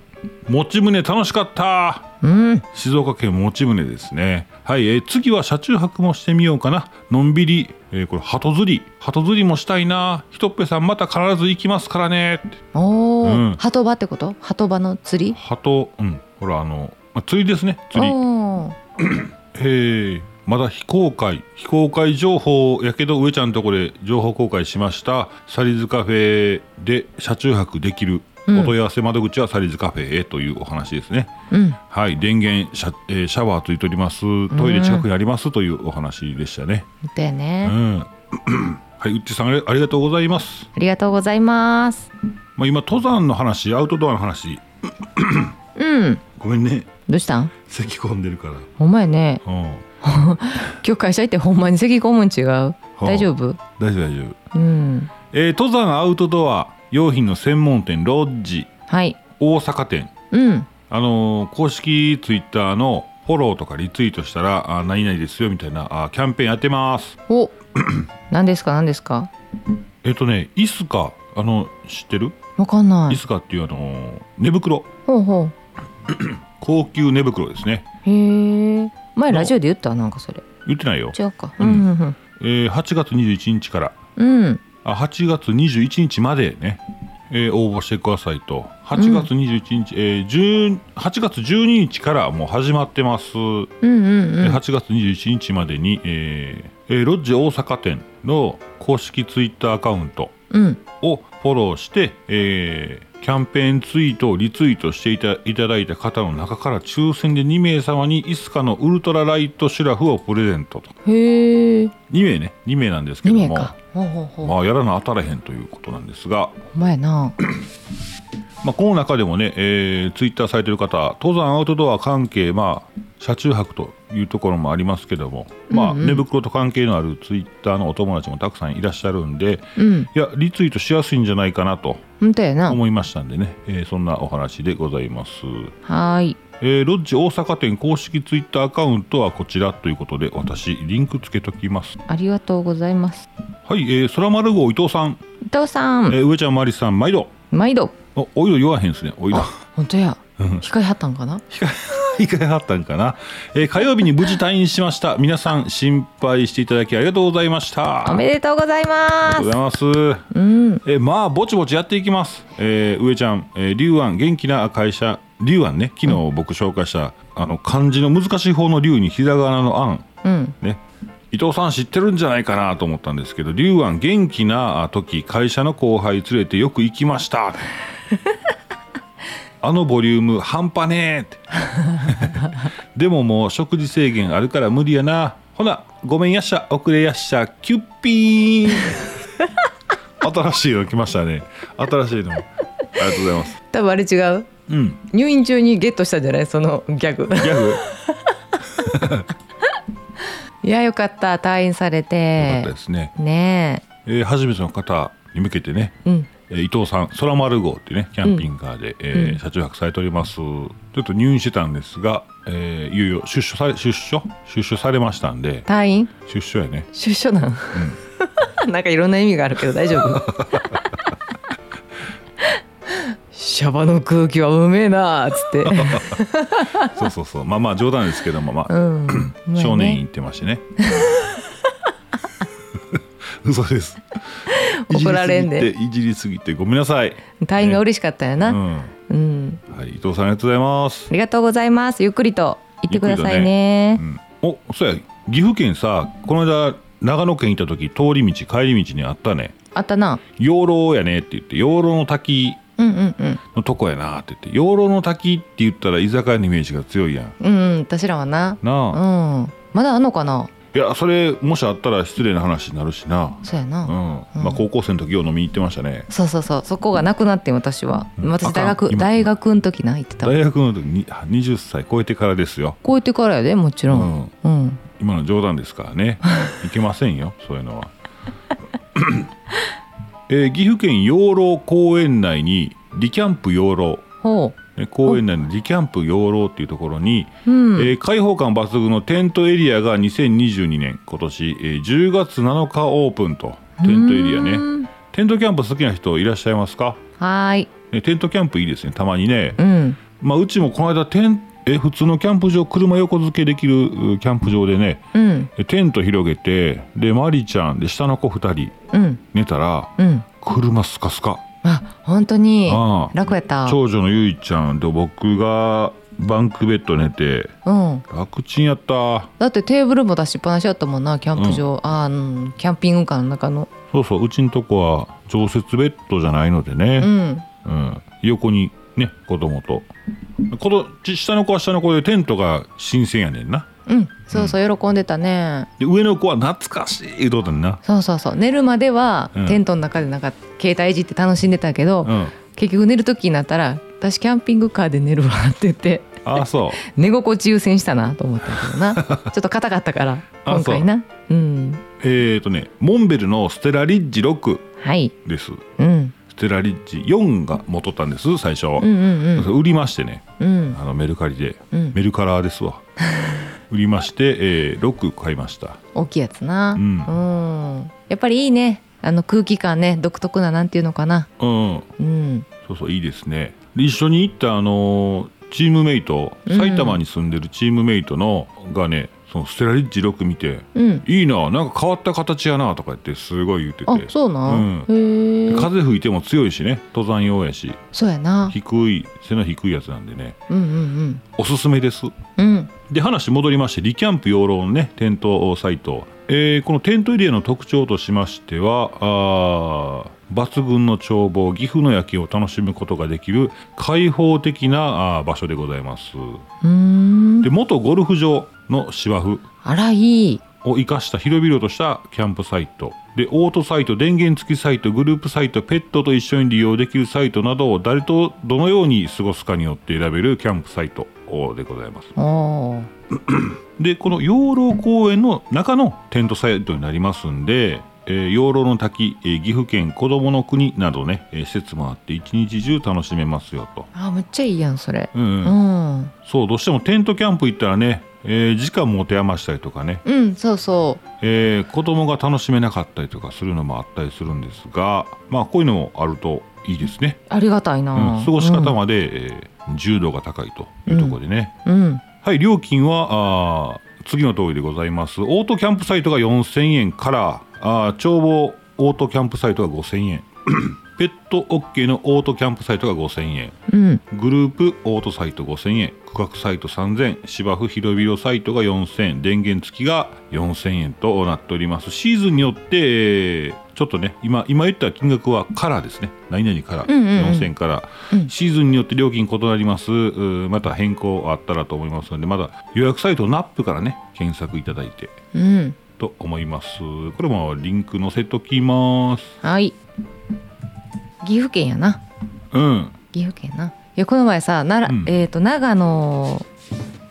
Speaker 1: 持ち船楽しかった
Speaker 2: うん
Speaker 1: 静岡県持ち船ですねはい、えー次は車中泊もしてみようかなのんびり、えーこれ鳩釣り鳩釣りもしたいなひとっぺさんまた必ず行きますからねって
Speaker 2: おお、
Speaker 1: うん
Speaker 2: 鳩場ってこと鳩場の釣り
Speaker 1: 鳩うんほらあの、まあ、釣りですね釣り
Speaker 2: おー
Speaker 1: へえまだ非公開非公開情報をやけど上ちゃんとこで情報公開しましたサリズカフェで車中泊できる
Speaker 2: うん
Speaker 1: お問い合わせ窓口はサリズカフェへというお話ですね、
Speaker 2: うん
Speaker 1: はい電源シャ,、えーシャワーついておりますトイレ近くにありますというお話でしたね
Speaker 2: だよ
Speaker 1: う
Speaker 2: ね、
Speaker 1: ん はい、うっちさんありありがとうございます、
Speaker 2: ありがとうございます
Speaker 1: まあ、今登山の話アウトドアの話
Speaker 2: うん
Speaker 1: ごめんね
Speaker 2: どうしたん
Speaker 1: 咳込んでるから、
Speaker 2: ほんまやね
Speaker 1: うん、
Speaker 2: 今日会社行ってほんまに咳込むん違う
Speaker 1: あ
Speaker 2: 大丈夫
Speaker 1: 大丈夫大丈夫
Speaker 2: うん
Speaker 1: えー登山アウトドア用品の専門店ロッジ
Speaker 2: はい
Speaker 1: 大阪店
Speaker 2: うん
Speaker 1: あのー公式ツイッターのフォローとかリツイートしたら「あー何々ですよ」みたいなあーキャンペーンやってます
Speaker 2: お何ですか何ですか
Speaker 1: えっ、とねイスカあの知ってる、
Speaker 2: わかんな
Speaker 1: イ
Speaker 2: い
Speaker 1: スカっていうあのー寝袋
Speaker 2: ほうほ
Speaker 1: 高級寝袋ですね
Speaker 2: うへえ前ラジオで言ったなんかそれ
Speaker 1: 言ってないよ、
Speaker 2: 違うか
Speaker 1: う
Speaker 2: うんんうん
Speaker 1: えー8月21日から
Speaker 2: うんうん
Speaker 1: あ8月21日までね、えー応募してくださいと8月21日、えー10 8月12日からもう始まってます
Speaker 2: う
Speaker 1: え
Speaker 2: んう
Speaker 1: ー
Speaker 2: ん
Speaker 1: 8月21日までに、えーえーロッジ大阪店の公式ツイッターアカウント
Speaker 2: うん
Speaker 1: をフォローして、えーキャンペーンツイートをリツイートしていたいただいた方の中から抽選で2名様にイスカのウルトラライトシュラフをプレゼントと
Speaker 2: へえ
Speaker 1: 2名ね2名なんですけ
Speaker 2: 2
Speaker 1: ど
Speaker 2: 名
Speaker 1: も
Speaker 2: かほうほうほう
Speaker 1: まあやらな当たらへんということなんですが、
Speaker 2: ほんまやな
Speaker 1: まあ、この中でもね、えーツイッターされてる方登山アウトドア関係、まあ、車中泊というところもありますけども、まあ
Speaker 2: うんうん
Speaker 1: 寝袋と関係のあるツイッターのお友達もたくさんいらっしゃるんで
Speaker 2: うん
Speaker 1: いやリツイートしやすいんじゃないかなと
Speaker 2: ほんとやな
Speaker 1: 思いましたんでね、えーそんなお話でございます、
Speaker 2: はーい
Speaker 1: えーロッジ大阪店公式ツイッターアカウントはこちらということで私リンクつけときます
Speaker 2: ありがとうございます
Speaker 1: はい、えー、空丸号伊藤さん、
Speaker 2: 伊藤さん
Speaker 1: えー上ちゃんまりさん毎度
Speaker 2: 毎度
Speaker 1: おお色言わへんですねお色
Speaker 2: ほんとや
Speaker 1: うん
Speaker 2: 控えはったんかな
Speaker 1: 一回あったんかな、えー火曜日に無事退院しました皆さん心配していただきありがとうございました
Speaker 2: おめでとうござい
Speaker 1: あ
Speaker 2: ま
Speaker 1: りがとうご
Speaker 2: す
Speaker 1: ざいます
Speaker 2: うん
Speaker 1: えーまあぼちぼちやっていきます、えー上ちゃん、えー、龍安元気な会社龍安ね昨日僕紹介した、あの漢字の難しい方の龍にひらがなの安
Speaker 2: うん
Speaker 1: ね伊藤さん知ってるんじゃないかなと思ったんですけど龍安元気な時会社の後輩連れてよく行きました あのボリューム半端ね えってでももう食事制限あるから無理やなほなごめんやっしゃ遅れやっしゃキュッピーン新しいの来ましたね新しいのありがとうございます
Speaker 2: 多分あれ違う
Speaker 1: うん
Speaker 2: 入院中にゲットしたんじゃないそのギャグ
Speaker 1: ギャグよ
Speaker 2: いやよかった退院され
Speaker 1: かってたですね、
Speaker 2: ね
Speaker 1: えー初めての方に向けてね
Speaker 2: えうん
Speaker 1: えー伊藤さん空丸号っていうねキャンピングカーで、えー
Speaker 2: うん
Speaker 1: 車中泊されておりますちょっと入院してたんですが、えーいよいよ出所され出所出所されましたんで
Speaker 2: 退院
Speaker 1: 出所やね
Speaker 2: 出所なん、 なんかいろんな意味があるけど大 丈夫シャバの空気はうめえなーっ つって、
Speaker 1: そうそうそうまあまあ冗談ですけどもま あ、
Speaker 2: ん、まあね
Speaker 1: 少年院行ってましてね嘘です
Speaker 2: 怒られんで
Speaker 1: いじりすぎていじりすぎてごめんなさい、
Speaker 2: 退院が嬉しかったよ
Speaker 1: う
Speaker 2: な、
Speaker 1: ん
Speaker 2: うん
Speaker 1: はい、伊藤さんありがとうございます
Speaker 2: あ、りがとうございますゆっくりと行ってください
Speaker 1: う
Speaker 2: ね
Speaker 1: ん、おそうや岐阜県さこの間長野県行った時通り道帰り道にあったね
Speaker 2: あったな
Speaker 1: 養老やねって言って養老の滝
Speaker 2: うんうんうん
Speaker 1: のとこやなって言って養老の滝って言ったら居酒屋のイメージが強いやん
Speaker 2: うんうん私らはなう
Speaker 1: なあ、
Speaker 2: んまだあんのかない
Speaker 1: やそれもしあったら失礼な話になるしな
Speaker 2: そうや
Speaker 1: う
Speaker 2: な、
Speaker 1: ん、まあ高校生の時よう飲みに行ってましたね
Speaker 2: そうそうそうそこがなくなってん私は、
Speaker 1: うんあ
Speaker 2: 私
Speaker 1: かん
Speaker 2: 大学
Speaker 1: 今
Speaker 2: 大学の時な行ってた
Speaker 1: 大学の時にあ20歳超えてからですよ
Speaker 2: こうやってからやでもちろんうん、
Speaker 1: 今の冗談ですから ねいけませんよそういうのは えー岐阜県養老公園内にリキャンプ養老
Speaker 2: ほ
Speaker 1: ね公園内のリキャンプ養老っていうところに、
Speaker 2: ううん、
Speaker 1: えー開放感抜群のテントエリアが2022年今年、えー10月7日オープンとテントエリア
Speaker 2: う
Speaker 1: ね
Speaker 2: ーん
Speaker 1: テントキャンプ好きな人いらっしゃいますか、
Speaker 2: はーい。
Speaker 1: ねテントキャンプいいですねたまにね
Speaker 2: う、ん。
Speaker 1: まあ、うちもこの間テンえ普通のキャンプ場車横付けできるうキャンプ場でね
Speaker 2: うん
Speaker 1: えテント広げてでマリちゃんで下の子2人
Speaker 2: うん
Speaker 1: 寝たら
Speaker 2: うん
Speaker 1: 車スカスカ
Speaker 2: あ本当に
Speaker 1: ああ
Speaker 2: 楽やった
Speaker 1: 長女のゆいちゃんと僕がバンクベッド寝て
Speaker 2: うん
Speaker 1: 楽ちんやった
Speaker 2: だってテーブルも出しっぱなしやったもんなキャンプ場、ああうんキャンピングカーの中の
Speaker 1: そうそううちんとこは常設ベッドじゃないので
Speaker 2: う
Speaker 1: ね、
Speaker 2: ん
Speaker 1: うん横にね子供とこのち下の子は下の子でテントが新鮮やねんな
Speaker 2: うんそうそう喜んでたね、
Speaker 1: で上の子は懐かしいどうだねんな
Speaker 2: そうそうそう寝るまでは
Speaker 1: うん
Speaker 2: テントの中でなんか携帯いじって楽しんでたけど、
Speaker 1: うん
Speaker 2: 結局寝る時になったら「私キャンピングカーで寝るわ」って言って
Speaker 1: ああ そう
Speaker 2: 寝心地優先したなと思ったけ どなちょっと硬かったから
Speaker 1: あ
Speaker 2: 今回なうん
Speaker 1: えー、とねモンベルのステラリッジ6
Speaker 2: はい、
Speaker 1: です
Speaker 2: うん、
Speaker 1: ステラリッジ4が元ったんです最初、
Speaker 2: うんうん
Speaker 1: 売りましてね
Speaker 2: うんうん
Speaker 1: あのメルカリで、
Speaker 2: うん
Speaker 1: メルカラーです わ売りまして、えー、6買いました
Speaker 2: 大きいやつな
Speaker 1: うん
Speaker 2: うんやっぱりいいねあの空気感ね独特ななんていうのかな
Speaker 1: うん
Speaker 2: うん
Speaker 1: そうそういいですねで一緒に行ったあのーチームメイト
Speaker 2: うん
Speaker 1: 埼玉に住んでるチームメイトの、がねそのステラリッジ6見て
Speaker 2: うん
Speaker 1: 「いいななんか変わった形やな」とか言ってすごい言って
Speaker 2: あ
Speaker 1: て
Speaker 2: そうな、
Speaker 1: うん
Speaker 2: へえ
Speaker 1: 風吹いても強いしね登山用やし
Speaker 2: そうやな
Speaker 1: 低い背の低いやつなんでね
Speaker 2: うんうん
Speaker 1: おすすめです
Speaker 2: うんうん
Speaker 1: で話戻りましてリキャンプ養老のねテントサイト、えーこのテントエリアの特徴としましてはあー抜群の眺望岐阜の夜景を楽しむことができる開放的なあー場所でございます
Speaker 2: うーん
Speaker 1: で元ゴルフ場の芝生
Speaker 2: あらいい
Speaker 1: を生かした広々としたキャンプサイトでオートサイト電源付きサイトグループサイトペットと一緒に利用できるサイトなどを誰とどのように過ごすかによって選べるキャンプサイトでございます
Speaker 2: おおー
Speaker 1: でこの養老公園の中のテントサイトになりますんで、えー養老の滝、えー岐阜県子どもの国などね、えー施設もあって一日中楽しめますよと、
Speaker 2: あめっちゃいいやんそれ
Speaker 1: うんうん
Speaker 2: うん
Speaker 1: そうどうしてもテントキャンプ行ったらね、えー時間持て余したりとかね、
Speaker 2: うんそうそう
Speaker 1: えー子供が楽しめなかったりとかするのもあったりするんですがまあこういうのもあるといいですね、
Speaker 2: ありがたいな、
Speaker 1: うん過ごし方まで、えー重度が高いというところでね、
Speaker 2: うん、うん
Speaker 1: はい、料金はあー次の通りでございます。オートキャンプサイトが4000円から、あー帳簿オートキャンプサイトが5000円。 ペット OK のオートキャンプサイトが5000円。
Speaker 2: うん
Speaker 1: グループオートサイト5000円。区画サイト3000円。芝生広々サイトが4000円。電源付きが4000円となっております。シーズンによって、えーちょっとね、今、今言った金額はカラーですね。何々カラー。
Speaker 2: うんうんうん
Speaker 1: 4000円から。
Speaker 2: うん
Speaker 1: シーズンによって料金異なりますうーまた変更あったらと思いますのでまだ予約サイトナップからね検索いただいて
Speaker 2: うん
Speaker 1: と思いますこれもリンク載せときます
Speaker 2: はい岐阜県やな
Speaker 1: うん
Speaker 2: 岐阜県ないやこの前さなら、
Speaker 1: うん
Speaker 2: えー、と長野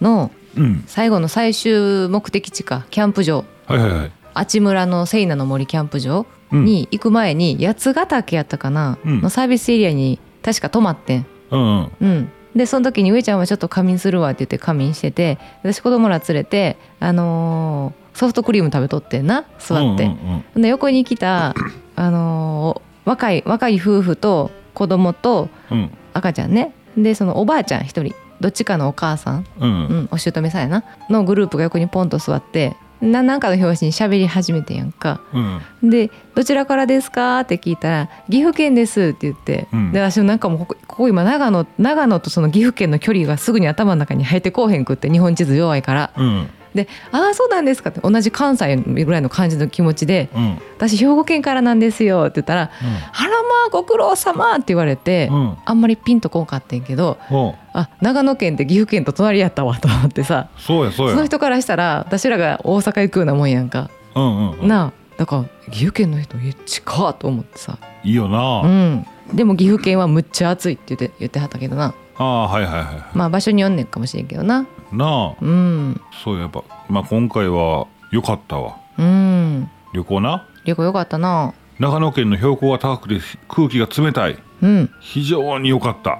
Speaker 2: の
Speaker 1: うん
Speaker 2: 最後の最終目的地かキャンプ場
Speaker 1: はいはいはい
Speaker 2: 阿智村のセイナの森キャンプ場
Speaker 1: うん
Speaker 2: に行く前に、八ヶ岳やったかな、
Speaker 1: うん
Speaker 2: のサービスエリアに確か泊まってん
Speaker 1: うんうん
Speaker 2: うん、でその時に「上ちゃんはちょっと仮眠するわ」って言って仮眠してて私子供ら連れて、あのーソフトクリーム食べとってんな座って、
Speaker 1: うんうん
Speaker 2: で横に来 た、あのー若い若い夫婦と子供と
Speaker 1: うん
Speaker 2: 赤ちゃんねでそのおばあちゃん一人どっちかのお母さん、
Speaker 1: うん
Speaker 2: うん、お姑さんやなのグループが横にポンと座ってななんかの拍子に喋り始めてんやんか。
Speaker 1: うん
Speaker 2: で「どちらからですか?」って聞いたら「岐阜県です」って言って、
Speaker 1: うん
Speaker 2: で私もなんかもうここここ今長野長野とその岐阜県の距離がすぐに頭の中に入ってこうへんくって日本地図弱いから
Speaker 1: うん
Speaker 2: で「ああそうなんですか」って同じ関西ぐらいの感じの気持ちで
Speaker 1: うん
Speaker 2: 「私兵庫県からなんですよ」って言ったら「あらまあご苦労様」って言われて、
Speaker 1: うんうん
Speaker 2: あんまりピンとこんかってんけど
Speaker 1: お
Speaker 2: あ長野県って岐阜県と隣やったわと思ってさ
Speaker 1: そうやそう
Speaker 2: そ
Speaker 1: や
Speaker 2: の人からしたら私らが大阪行くようなもんやんか。
Speaker 1: うんうんうん
Speaker 2: なあだから岐阜県の人え近っと思ってさ、
Speaker 1: いいよな、
Speaker 2: う
Speaker 1: あ
Speaker 2: ん、でも岐阜県はむっちゃ暑いって言って言ってはったけどな
Speaker 1: あーはいはいはいは
Speaker 2: まあ場所によんねんかもしれんけどない
Speaker 1: なあ
Speaker 2: うん
Speaker 1: そうやっぱまあ今回は良かったわ
Speaker 2: うん
Speaker 1: 旅行な
Speaker 2: 旅行よかったな
Speaker 1: 長野県の標高が高くて空気が冷たい
Speaker 2: うん
Speaker 1: 非常に良かった、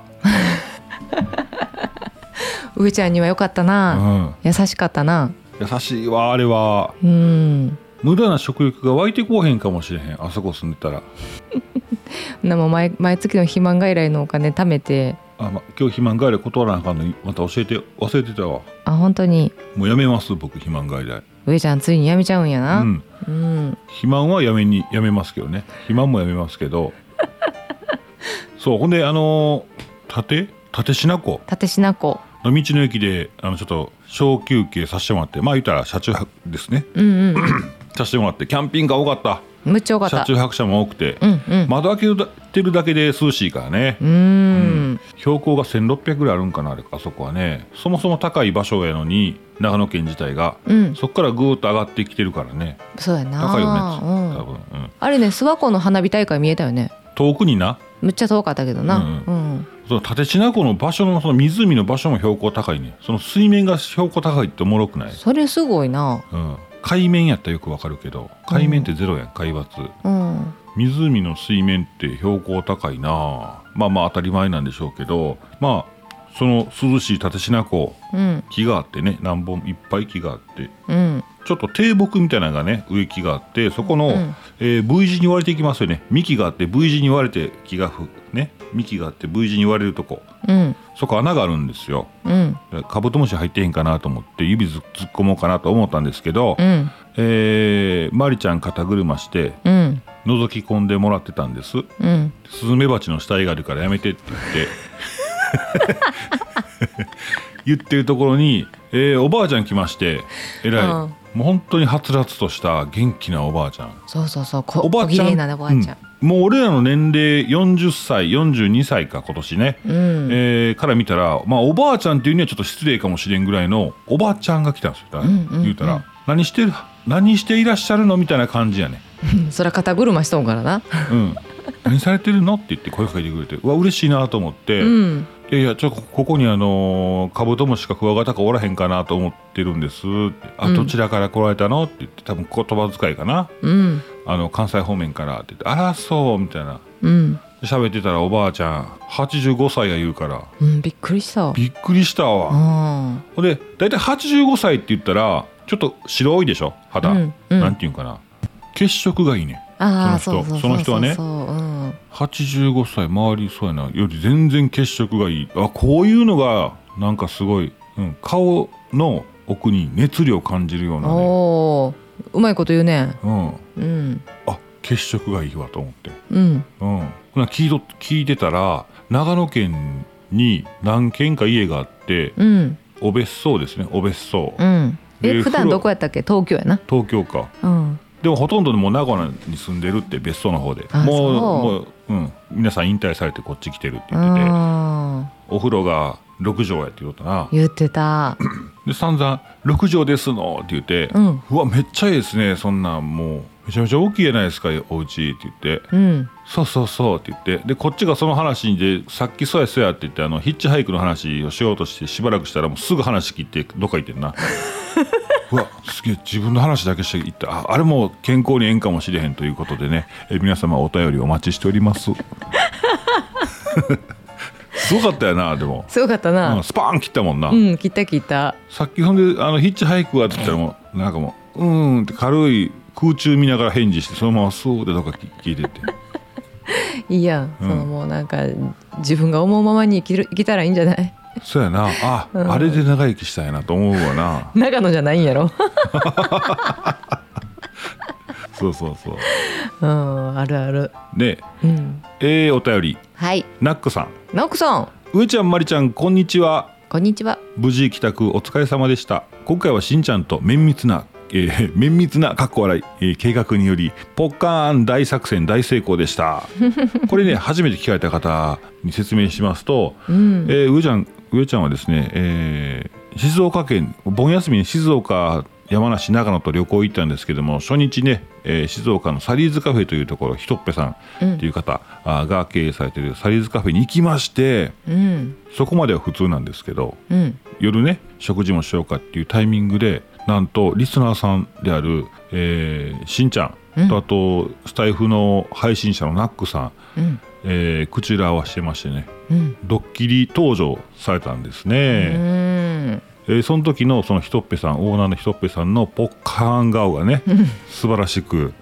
Speaker 2: 上ちゃんにはよかったな、
Speaker 1: うん、
Speaker 2: 優しかったな
Speaker 1: 優しいわあれは
Speaker 2: うん
Speaker 1: 無駄な食欲が湧いてこうへんかもしれへんあそこ住んでたら
Speaker 2: なもう毎毎月の肥満外来のお金貯めて
Speaker 1: あ、ま、今日肥満外来断らなあかんのにまた教えて忘れてたわ
Speaker 2: あ本当に
Speaker 1: もうやめます僕肥満外来
Speaker 2: 上ちゃんついにやめちゃうんや
Speaker 1: う
Speaker 2: な、
Speaker 1: ん
Speaker 2: うん、
Speaker 1: 肥満はやめにやめますけどね肥満もやめますけ どそうほんであのー立立品湖
Speaker 2: 立しなこ
Speaker 1: の道の駅であのちょっと小休憩させてもらってまあ言ったら車中泊ですね
Speaker 2: うん うん
Speaker 1: させてもらってキャンピングカー多かっ
Speaker 2: むっちゃよか
Speaker 1: た
Speaker 2: った
Speaker 1: 車中泊者も多くて、
Speaker 2: うんうん、
Speaker 1: 窓開けてるだけで涼しいからね
Speaker 2: うーん
Speaker 1: 標高が1600ぐらいあるんかなあれあそこはねそもそも高い場所やのに長野県自体が
Speaker 2: うん
Speaker 1: そっからぐーっと上がってきてるからね
Speaker 2: そうやな
Speaker 1: 高いよね
Speaker 2: う
Speaker 1: 多
Speaker 2: ん、
Speaker 1: 分、うん、
Speaker 2: あれね諏訪湖の花火大会見えたよね
Speaker 1: 遠くにな
Speaker 2: むっちゃ遠かったけどなうん、
Speaker 1: その立品湖の場所のその湖の場所も標高高いねその水面が標高高いっておもろくない、
Speaker 2: それすごいな
Speaker 1: うん、海面やったらよくわかるけど海面ってゼロやん海抜
Speaker 2: うん
Speaker 1: 湖の水面って標高高いなまあまあ当たり前なんでしょうけどまあその涼しい立品湖
Speaker 2: うん
Speaker 1: 木があってね何本いっぱい木があって
Speaker 2: うん
Speaker 1: ちょっと低木みたいなのがね植木があってそこの、
Speaker 2: うん
Speaker 1: えー V 字に割れていきますよね幹があって V 字に割れて木がふね幹があって V 字に割れるとこ
Speaker 2: うん
Speaker 1: そこ穴があるんですよ
Speaker 2: うん
Speaker 1: カブトムシ入ってへんかなと思って指ず突っ込もうかなと思ったんですけど、
Speaker 2: うん
Speaker 1: えー、マリちゃん肩車して
Speaker 2: うん
Speaker 1: 覗き込んでもらってたんです
Speaker 2: うん
Speaker 1: スズメバチの死体があるからやめてって 言って言ってるところに、えーおばあちゃん来ましてえらい、
Speaker 2: うん
Speaker 1: もう本当にはつらつとした元気なおばあちゃん
Speaker 2: そうそうそうこ
Speaker 1: おばあ
Speaker 2: 小綺
Speaker 1: ちゃん
Speaker 2: 麗なねおばあちゃん
Speaker 1: うんもう俺らの年齢40歳42歳か今年ね、
Speaker 2: うん
Speaker 1: えーから見たら、まあ、おばあちゃんっていうにはちょっと失礼かもしれんぐらいのおばあちゃんが来たんですよ、
Speaker 2: んうんうん
Speaker 1: 言うたら「何してる何していらっしゃるの?」みたいな感じやね
Speaker 2: そりゃ肩車しとんからな
Speaker 1: うん、 何されてるのって言って声かけてくれてうわ嬉しいなと思って、
Speaker 2: うん
Speaker 1: いやいやちょっとここにあのーカブトムシかクワガタかおらへんかなと思ってるんですってあ
Speaker 2: うん
Speaker 1: どちらから来られたのって言って多分言葉遣いかな
Speaker 2: うん
Speaker 1: あの関西方面からって言ってあらそうみたいな
Speaker 2: うん
Speaker 1: 喋ってたらおばあちゃん85歳が言うから
Speaker 2: うんびっくりした
Speaker 1: びっくりした
Speaker 2: う
Speaker 1: わ、
Speaker 2: ん
Speaker 1: ほんで大体85歳って言ったらちょっと白いでしょ肌、
Speaker 2: うんうん
Speaker 1: なんていうんかな血色がいいね
Speaker 2: ああ
Speaker 1: その人
Speaker 2: そうそう
Speaker 1: その人はね
Speaker 2: そうそううん
Speaker 1: 85歳周りそうやなより全然血色がいいあこういうのがなんかすごい、うん、顔の奥に熱量を感じるようなね、
Speaker 2: おおうまいこと言うね
Speaker 1: うん、
Speaker 2: うん
Speaker 1: あ血色がいいわと思って、
Speaker 2: うん
Speaker 1: うん、ほな聞いと聞いてたら長野県に何軒か家があって
Speaker 2: うん
Speaker 1: お別荘ですねお別荘、
Speaker 2: うん
Speaker 1: で
Speaker 2: え普
Speaker 1: 風
Speaker 2: 段
Speaker 1: 呂
Speaker 2: どこやったっけ東京やな
Speaker 1: 東京か
Speaker 2: うん
Speaker 1: でもほとんどもう名古屋に住んでるって別荘の方で
Speaker 2: あ
Speaker 1: もう
Speaker 2: そう
Speaker 1: もう、うん、皆さん引退されてこっち来てるって言ってて
Speaker 2: あ
Speaker 1: お風呂が6畳やって言うとったな
Speaker 2: ー言ってた
Speaker 1: で散々「6畳ですの」って言って「
Speaker 2: うん
Speaker 1: わめっちゃいいですねそんなんもうめちゃめちゃ大きいじゃないですかお家って言って
Speaker 2: うん
Speaker 1: 「そうそうそう」って言ってでこっちがその話でさっき「そうやそうや」って言ってあのヒッチハイクの話をしようとしてしばらくしたらもうすぐ話切ってどっか行ってんな うわすげえ自分の話だけしていったああれも健康にええんかもしれへんということでねえ皆様お便りお待ちしております すごかったよなでも、
Speaker 2: すごかった
Speaker 1: う、
Speaker 2: なん
Speaker 1: スパーン切ったもんな、
Speaker 2: うん切った切った
Speaker 1: さっきほんであのヒッチハイクはって言ったらもうなんかもう「うーん」って軽い空中見ながら返事してそのまま「そう」でとか聞いてて
Speaker 2: いいやん
Speaker 1: う
Speaker 2: そ
Speaker 1: ん
Speaker 2: のもうなんか自分が思うままに生きる生きたらいいんじゃない
Speaker 1: そうやなあ、
Speaker 2: うん
Speaker 1: あれで長生きしたいなと思うわ な
Speaker 2: 長野じゃないんやろ
Speaker 1: そうそうそう
Speaker 2: うんあるある
Speaker 1: で
Speaker 2: うん
Speaker 1: えー、お便り
Speaker 2: はい
Speaker 1: ナックさん
Speaker 2: ナオクさん
Speaker 1: 上ちゃんまりちゃんこんにちは
Speaker 2: こんにちは
Speaker 1: 無事帰宅お疲れ様でした今回はしんちゃんと綿密な、えー 綿密なかっこ笑い、えー計画によりポッカーン大作戦大成功でした これね初めて聞かれた方に説明しますと、
Speaker 2: うん
Speaker 1: えー上ちゃん上ちゃんはですね、えー静岡県盆休みに静岡山梨長野と旅行行ったんですけども初日ね、えー静岡のサリーズカフェというところひとっぺさん
Speaker 2: うん
Speaker 1: っていう方、あーが経営されているサリーズカフェに行きまして
Speaker 2: うん
Speaker 1: そこまでは普通なんですけど
Speaker 2: うん
Speaker 1: 夜ね食事もしようかっていうタイミングでなんとリスナーさんである、えーしんちゃ
Speaker 2: うんん
Speaker 1: とあとスタイフの配信者のナックさん、
Speaker 2: うん
Speaker 1: えー口裏合わせてましてね
Speaker 2: うん
Speaker 1: ドッキリ登場されたんですね。
Speaker 2: うん
Speaker 1: えーその時のそのひとっぺさんオーナーのひとっぺさんのポッカーン顔がね素晴らしく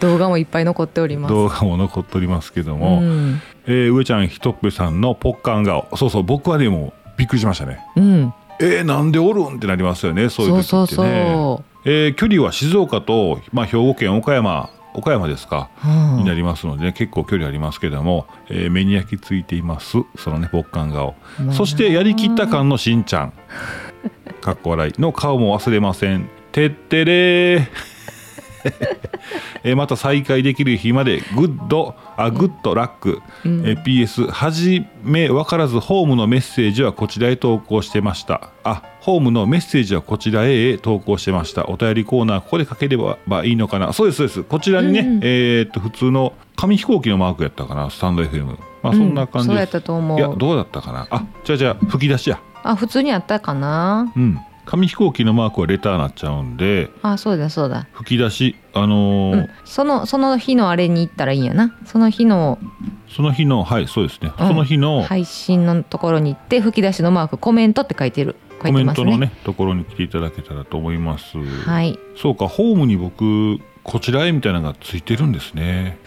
Speaker 2: 動画もいっぱい残っております。
Speaker 1: 動画も残っておりますけど
Speaker 2: う
Speaker 1: も、
Speaker 2: ん、
Speaker 1: えー上ちゃんひとっぺさんのポッカン顔そうそう僕はでもびっくりしましたね
Speaker 2: うん、
Speaker 1: えー、なんでおるんってなりますよねそういう時ってね
Speaker 2: そうそうそ
Speaker 1: えー距離は静岡と、まあ、兵庫県岡山岡山ですか、
Speaker 2: うん
Speaker 1: になりますので、結構距離ありますけども、えー目に焼き付いていますそのねポッカン顔、
Speaker 2: まあ
Speaker 1: そしてやりきった感のしんちゃんかっこ笑いの顔も忘れませんてってれーえーまた再会できる日までグッドあグッドラック、えー PS はじめ分からずホームのメッセージはこちらへ投稿してましたあホームのメッセージはこちらへ投稿してましたお便りコーナーここでかければばいいのかなそうですそうですこちらにね、
Speaker 2: うん
Speaker 1: えーっと普通の紙飛行機のマークやったかなスタンド FM まあそんな感じ
Speaker 2: うんそうや
Speaker 1: で
Speaker 2: っ
Speaker 1: す、
Speaker 2: たと思
Speaker 1: いや
Speaker 2: う。
Speaker 1: どうだったかなあじゃあじゃあ吹き出しや
Speaker 2: あ、普通にあったかな。
Speaker 1: うん紙飛行機のマークはレターになっちゃうんで
Speaker 2: あ、そうだそうだ。
Speaker 1: 吹き出しあのー
Speaker 2: うん、そのその日のあれに行ったらいいんやな。その日の
Speaker 1: その日のはいそうですね、
Speaker 2: うん
Speaker 1: その日の
Speaker 2: 配信のところに行って吹き出しのマークコメントって書いてる。書
Speaker 1: コ
Speaker 2: い
Speaker 1: メ
Speaker 2: て
Speaker 1: ン
Speaker 2: ます
Speaker 1: ト
Speaker 2: ね。
Speaker 1: のねところに来ていただけたらと思います、
Speaker 2: はい。
Speaker 1: そうかホームに僕こちらへみたいなのがついてるんですね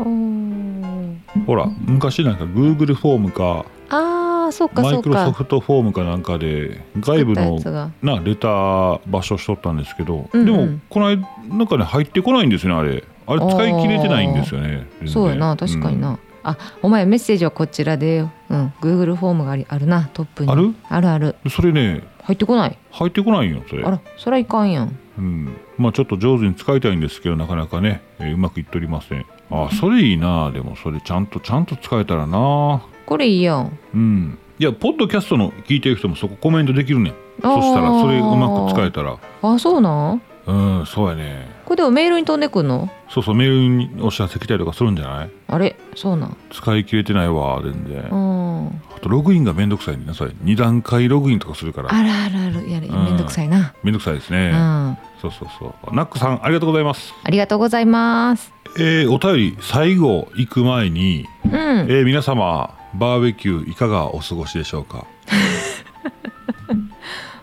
Speaker 2: おー
Speaker 1: ほら昔なんか Google フォームか
Speaker 2: ああ、そうか
Speaker 1: マ
Speaker 2: そ
Speaker 1: イ
Speaker 2: う
Speaker 1: クロソ
Speaker 2: か。
Speaker 1: フトフォームかなんかで外部
Speaker 2: 作
Speaker 1: の
Speaker 2: ったやつが
Speaker 1: なレター場所しとったんですけど、
Speaker 2: うんうん
Speaker 1: でもこの間なんかね入ってこないんですよねあれあれ使い切れてないんですよね全然
Speaker 2: そうやな、確かにな。あ、お前メッセージはこちらで、うん、Google フォームがありあるな、トップに。
Speaker 1: ある
Speaker 2: あるある。
Speaker 1: うんそれね
Speaker 2: 入ってこない。
Speaker 1: 入ってこないんよそれ
Speaker 2: あら、そりゃいかんやん。
Speaker 1: うん、まあちょっと上手に使いたいんですけどなかなかね、えーうまくいっておりませんあそれいいなでもそれちゃんとちゃんと使えたらな
Speaker 2: これいいやん。
Speaker 1: うんいやポッドキャストの聞いてる人もそこコメントできるねん
Speaker 2: あー
Speaker 1: そしたらそれうまく使えたら
Speaker 2: あ、そうなん。
Speaker 1: うんそうやね
Speaker 2: これでもメールに飛んでくんの。
Speaker 1: そうそうメールにお知らせ来たりとかするんじゃない
Speaker 2: あれ、そうなん。
Speaker 1: 使い切れてないわ全
Speaker 2: う
Speaker 1: 然
Speaker 2: ん。
Speaker 1: あとログインがめんどくさいねんなそれ2段階ログインとかするから
Speaker 2: あるあるある、やる、
Speaker 1: うん
Speaker 2: めんどくさいな。
Speaker 1: めんどくさいです
Speaker 2: う
Speaker 1: ね
Speaker 2: ん。あ
Speaker 1: そうそうそうナックさんありがとうございます
Speaker 2: りがとうございます。
Speaker 1: えーお便り最後行く前に
Speaker 2: う ん。
Speaker 1: えー皆様バーベキューいかがお過ごしでしょうか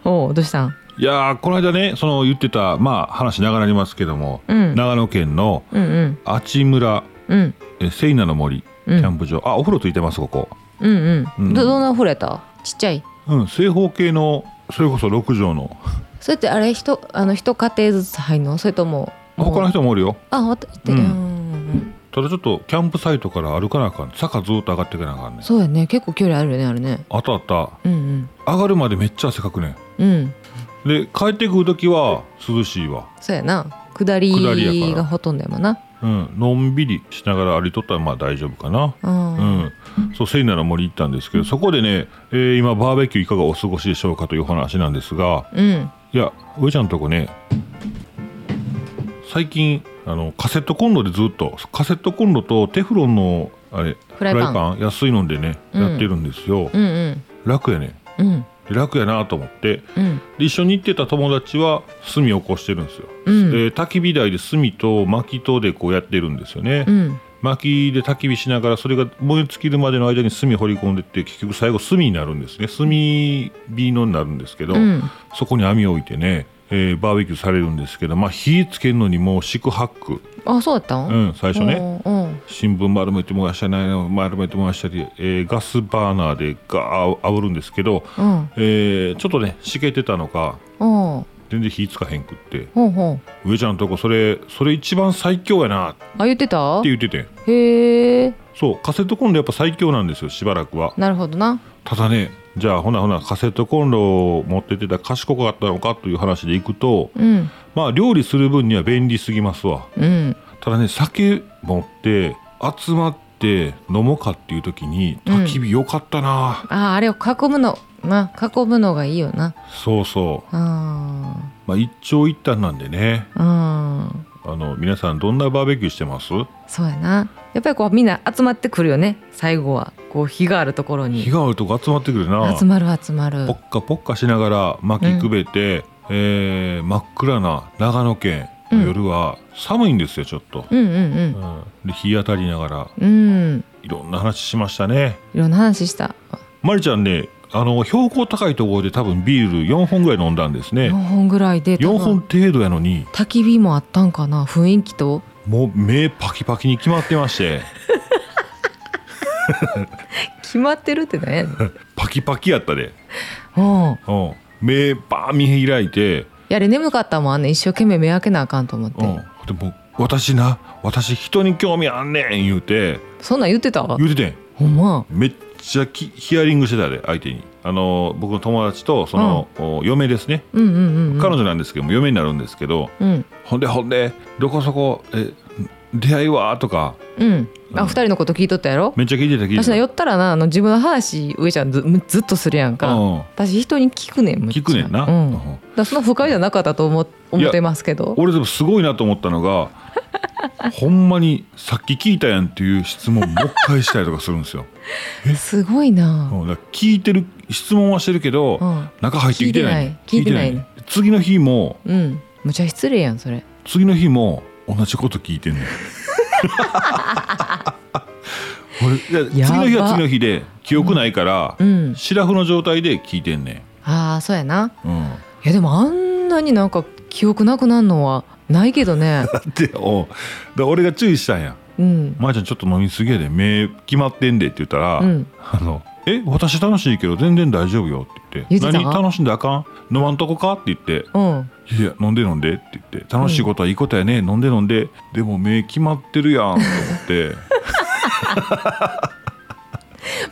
Speaker 2: おう、どうしたん。
Speaker 1: いやーこの間ねその言ってたまあ話長なりますけども、
Speaker 2: うん
Speaker 1: 長野県の
Speaker 2: うんうん。
Speaker 1: 阿智村
Speaker 2: うん。
Speaker 1: えーセイナの森キ
Speaker 2: うん
Speaker 1: ャンプ場、あお風呂ついてますここ
Speaker 2: うん
Speaker 1: う
Speaker 2: うんん。ど、どんなお風呂やった。ちっちゃい。
Speaker 1: うん正方形のそれこそ6畳の
Speaker 2: それってあれ、人、あの、一家庭ずつ入るの、それとも。
Speaker 1: 他の人もおるよ
Speaker 2: あ、わた、って、
Speaker 1: う
Speaker 2: うんんうん
Speaker 1: ただちょっとキャンプサイトから歩かなあかん坂ずーっと上がっていかなあかん
Speaker 2: うん。
Speaker 1: ね
Speaker 2: そうやね、結構距離あるよね、あれね。
Speaker 1: あったあった
Speaker 2: うん
Speaker 1: 上がるまでめっちゃ汗かくね
Speaker 2: うん。うん。
Speaker 1: で帰ってくる時は涼しいわ
Speaker 2: そうやな。下り
Speaker 1: 下りやから
Speaker 2: がほとんどやもんな。
Speaker 1: うんのんびりしながら歩いとったらまあ大丈夫かな
Speaker 2: うん。
Speaker 1: うん、そう聖なる森行ったんですけどそこでね、えー今バーベキューいかがお過ごしでしょうかというお話なんですが
Speaker 2: うん。
Speaker 1: いや上ちゃんのとこね最近あのカセットコンロでずっとカセットコンロとテフロンのあれ
Speaker 2: フライパン
Speaker 1: 安いのでね、
Speaker 2: うん
Speaker 1: やってるんですよ、
Speaker 2: うんうん。
Speaker 1: 楽やね
Speaker 2: うん。
Speaker 1: で楽やなと思って
Speaker 2: うん。
Speaker 1: で一緒に行ってた友達は炭を起こしてるんですよ、
Speaker 2: うん
Speaker 1: で焚き火台で炭と薪とでこうやってるんですよね、
Speaker 2: うん。
Speaker 1: 薪で焚き火しながらそれが燃え尽きるまでの間に炭掘り込んでって結局最後炭になるんですね炭火のになるんですけど、
Speaker 2: うん
Speaker 1: そこに網を置いてね、えーバーベキューされるんですけど、まあ、火つけるのにもう四苦八苦、
Speaker 2: あ、そうやったん。
Speaker 1: うん、最初ね
Speaker 2: うんうん。
Speaker 1: 新聞丸めて燃やしたり丸めて燃やしたり、えーガスバーナーでガー煽るんですけど、
Speaker 2: うん。
Speaker 1: えーちょっとねしけてたのか
Speaker 2: うん。
Speaker 1: 全然火つかへんくって
Speaker 2: ほうほう。
Speaker 1: 上ちゃんのとこそれそれ一番最強やなって
Speaker 2: あ、言ってた。
Speaker 1: 言っててん
Speaker 2: へえ。
Speaker 1: そうカセットコンロやっぱ最強なんですよしばらくは。
Speaker 2: なるほどな。
Speaker 1: ただねじゃあほなほなカセットコンロを持ってってたら賢かったのかという話でいくと
Speaker 2: うん。
Speaker 1: まあ料理する分には便利すぎますわ
Speaker 2: うん。
Speaker 1: ただね酒持って集まって飲もうかっていう時に焚き火良かったな、
Speaker 2: あ、あれを囲むの。な、囲むのがいいよな。
Speaker 1: そうそう
Speaker 2: あ
Speaker 1: まあ一長一短なんでね
Speaker 2: あ。うん。
Speaker 1: あの皆さんどんなバーベキューしてます
Speaker 2: そうやな。やっぱりこうみんな集まってくるよね。最後はこう火があるところ
Speaker 1: 日
Speaker 2: に
Speaker 1: があるとこ集まってくるな
Speaker 2: 集まる集まる
Speaker 1: ポ。ッカポッカしながら薪くべて、えー真っ暗な長野県の夜は寒いんですよちょっと、
Speaker 2: うんうん
Speaker 1: うん、で日当たりながら
Speaker 2: うん。うん。
Speaker 1: いろんな話しましたね。
Speaker 2: いろんな話した。
Speaker 1: まりちゃんね、あの標高高いところで多分ビール4本ぐらい飲んだんです
Speaker 2: 4
Speaker 1: ね。
Speaker 2: 本ぐらいで多
Speaker 1: 4
Speaker 2: 分
Speaker 1: 本程度やのに、
Speaker 2: 焚き火もあったんかな雰囲気と
Speaker 1: もう目パキパキに決まってまして
Speaker 2: 決まってるって何やねん
Speaker 1: パキパキやったで、
Speaker 2: うん
Speaker 1: うん、目バーン見開いて、
Speaker 2: やれ眠かったもんあんねん一生懸命目開けなあかんと思って、
Speaker 1: うん、でも私な私人に興味あんねん言うて
Speaker 2: そんなん言ってたわ
Speaker 1: 言うててん
Speaker 2: ほんま
Speaker 1: めっちゃきヒアリングしてたで相手にあの僕の友達とその、お嫁ですね
Speaker 2: うんうんうんうん
Speaker 1: 彼女なんですけども、嫁になるんですけど
Speaker 2: うん
Speaker 1: ほんでほんでどこそこえ出会いはとか
Speaker 2: うんあ
Speaker 1: う
Speaker 2: 二
Speaker 1: ん
Speaker 2: 人のこと聞いとったやろ
Speaker 1: めっちゃ聞いてた聞いて
Speaker 2: 私
Speaker 1: た
Speaker 2: な寄ったらなあの自分の話上ちゃんずずっとするやんか、
Speaker 1: うん
Speaker 2: 私人に聞くねんむっちゃ
Speaker 1: 聞くねんな、
Speaker 2: うん、
Speaker 1: う
Speaker 2: だか
Speaker 1: ん
Speaker 2: らそんな不快じゃなかったと思思ってますけど
Speaker 1: 俺でもすごいなと思ったの がほんまにさっき聞いたやんっていう質問もう一回したりとかするんですよ、
Speaker 2: すごいな、
Speaker 1: うんだから聞いてる質問はしてるけど、
Speaker 2: うん
Speaker 1: 中入ってきてないね
Speaker 2: 聞いてない
Speaker 1: 聞ね次の日も
Speaker 2: うん、むちゃ失礼やんそれ
Speaker 1: 次の日も同じこと聞い てんねん俺いや
Speaker 2: やば
Speaker 1: 次の日は次の日で記憶ないから、
Speaker 2: うん
Speaker 1: シラフの状態で聞いてんね、
Speaker 2: ああそうやなん
Speaker 1: うん、だ
Speaker 2: いやでもあんなになんか記憶なくなるのはないけ どね
Speaker 1: っておうだから俺が注意したんや
Speaker 2: うん
Speaker 1: まーちゃんちょっと飲みすぎやで目決まってんで」って言ったら「
Speaker 2: うん
Speaker 1: あのえ私楽しいけど全然大丈夫よ」って言って
Speaker 2: 言ってた
Speaker 1: 何楽しんであかん飲まんとこか?」って言って
Speaker 2: うん
Speaker 1: 「いや飲んで飲んで」って言って「楽しいことはいいことやね飲んで飲んででも目決まってるやん」と思って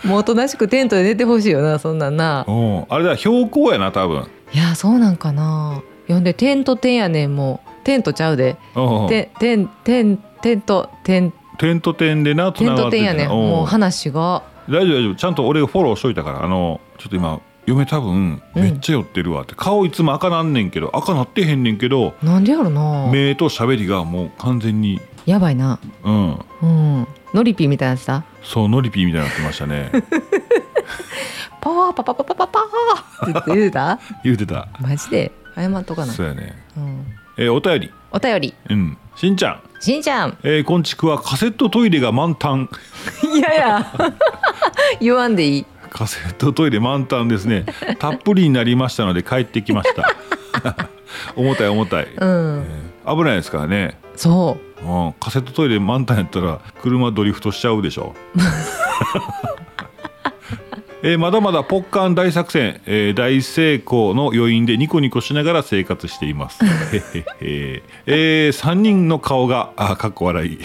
Speaker 2: もうおとなしくテントで寝てほしいよなそんなんな
Speaker 1: 「うんあれだ標高やな多分」
Speaker 2: いやそうなんかな呼んでテントテンやねんもうテントちゃうで
Speaker 1: うん
Speaker 2: テンテンテンテントテン
Speaker 1: 点と点でなつ
Speaker 2: テ
Speaker 1: な
Speaker 2: ン
Speaker 1: が
Speaker 2: ト
Speaker 1: って
Speaker 2: テン
Speaker 1: て
Speaker 2: やねんも
Speaker 1: 大
Speaker 2: う
Speaker 1: 丈
Speaker 2: 話が
Speaker 1: 夫大丈夫ちゃんと俺がフォローしといたからあのちょっと今嫁多分
Speaker 2: うん
Speaker 1: めっちゃ酔ってるわって、顔いつも赤なんねんけど赤なってへんねんけど
Speaker 2: なんでやろな
Speaker 1: 目と喋りがもう完全に
Speaker 2: やばいな
Speaker 1: うん
Speaker 2: うんノリピーみたいなやつだ
Speaker 1: そうノリピーみたいになってました ね
Speaker 2: パワーパパパパパパーって言ってた
Speaker 1: 言うてた
Speaker 2: マジで謝っとかない
Speaker 1: そうやね
Speaker 2: うん、
Speaker 1: えーお便り
Speaker 2: お便り
Speaker 1: うんしんちゃん
Speaker 2: しんちゃん
Speaker 1: えー、こんちくはカセットトイレが満タン
Speaker 2: いやいや 言わんでいい
Speaker 1: カセットトイレ満タンです ねたっぷりになりましたので帰ってきました 重たい重たい、
Speaker 2: う
Speaker 1: え
Speaker 2: ん
Speaker 1: ー危ないですからね、
Speaker 2: そ
Speaker 1: うん、カセットトイレ満タンやったら車ドリフトしちゃうで しょえーまだまだポッカン大作戦、えー大成功の余韻でニコニコしながら生活しています。へへへえ3人の顔があかっこ 笑い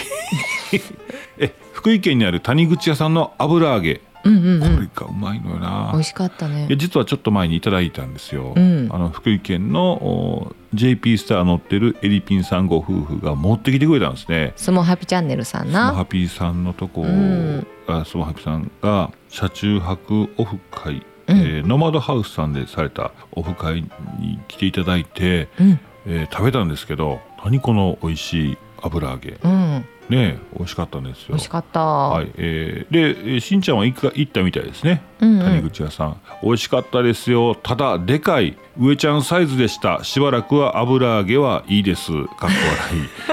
Speaker 1: え福井県にある谷口屋さんの油揚げ
Speaker 2: ううんうんう
Speaker 1: こ
Speaker 2: ん
Speaker 1: れがうまいのよ
Speaker 2: 美
Speaker 1: な
Speaker 2: 味。しかったね
Speaker 1: いや実はちょっと前にいただいたんですよ。
Speaker 2: うん
Speaker 1: あの福井県のお JP スター乗ってるエリピンさんご夫婦が持ってきてくれたんですね。
Speaker 2: スモハピチャンネルさん
Speaker 1: スマハ
Speaker 2: な
Speaker 1: ピーさんのとこ、
Speaker 2: うん
Speaker 1: あスマハピーさんが車中泊オフ会、
Speaker 2: うん
Speaker 1: えーノマドハウスさんでされたオフ会に来ていただいて、
Speaker 2: うん
Speaker 1: えー食べたんですけど何この美味しい油揚げ
Speaker 2: うん
Speaker 1: ねえ美味しかったんです
Speaker 2: 美
Speaker 1: よ
Speaker 2: 味し。かった、
Speaker 1: はいえーでえーしんちゃんは行く行ったみたいですね
Speaker 2: うんう
Speaker 1: 谷
Speaker 2: ん
Speaker 1: 口屋さん、美味しかったですよただでかい上ちゃんサイズでしたしばらくは油揚げはいいですかっこ笑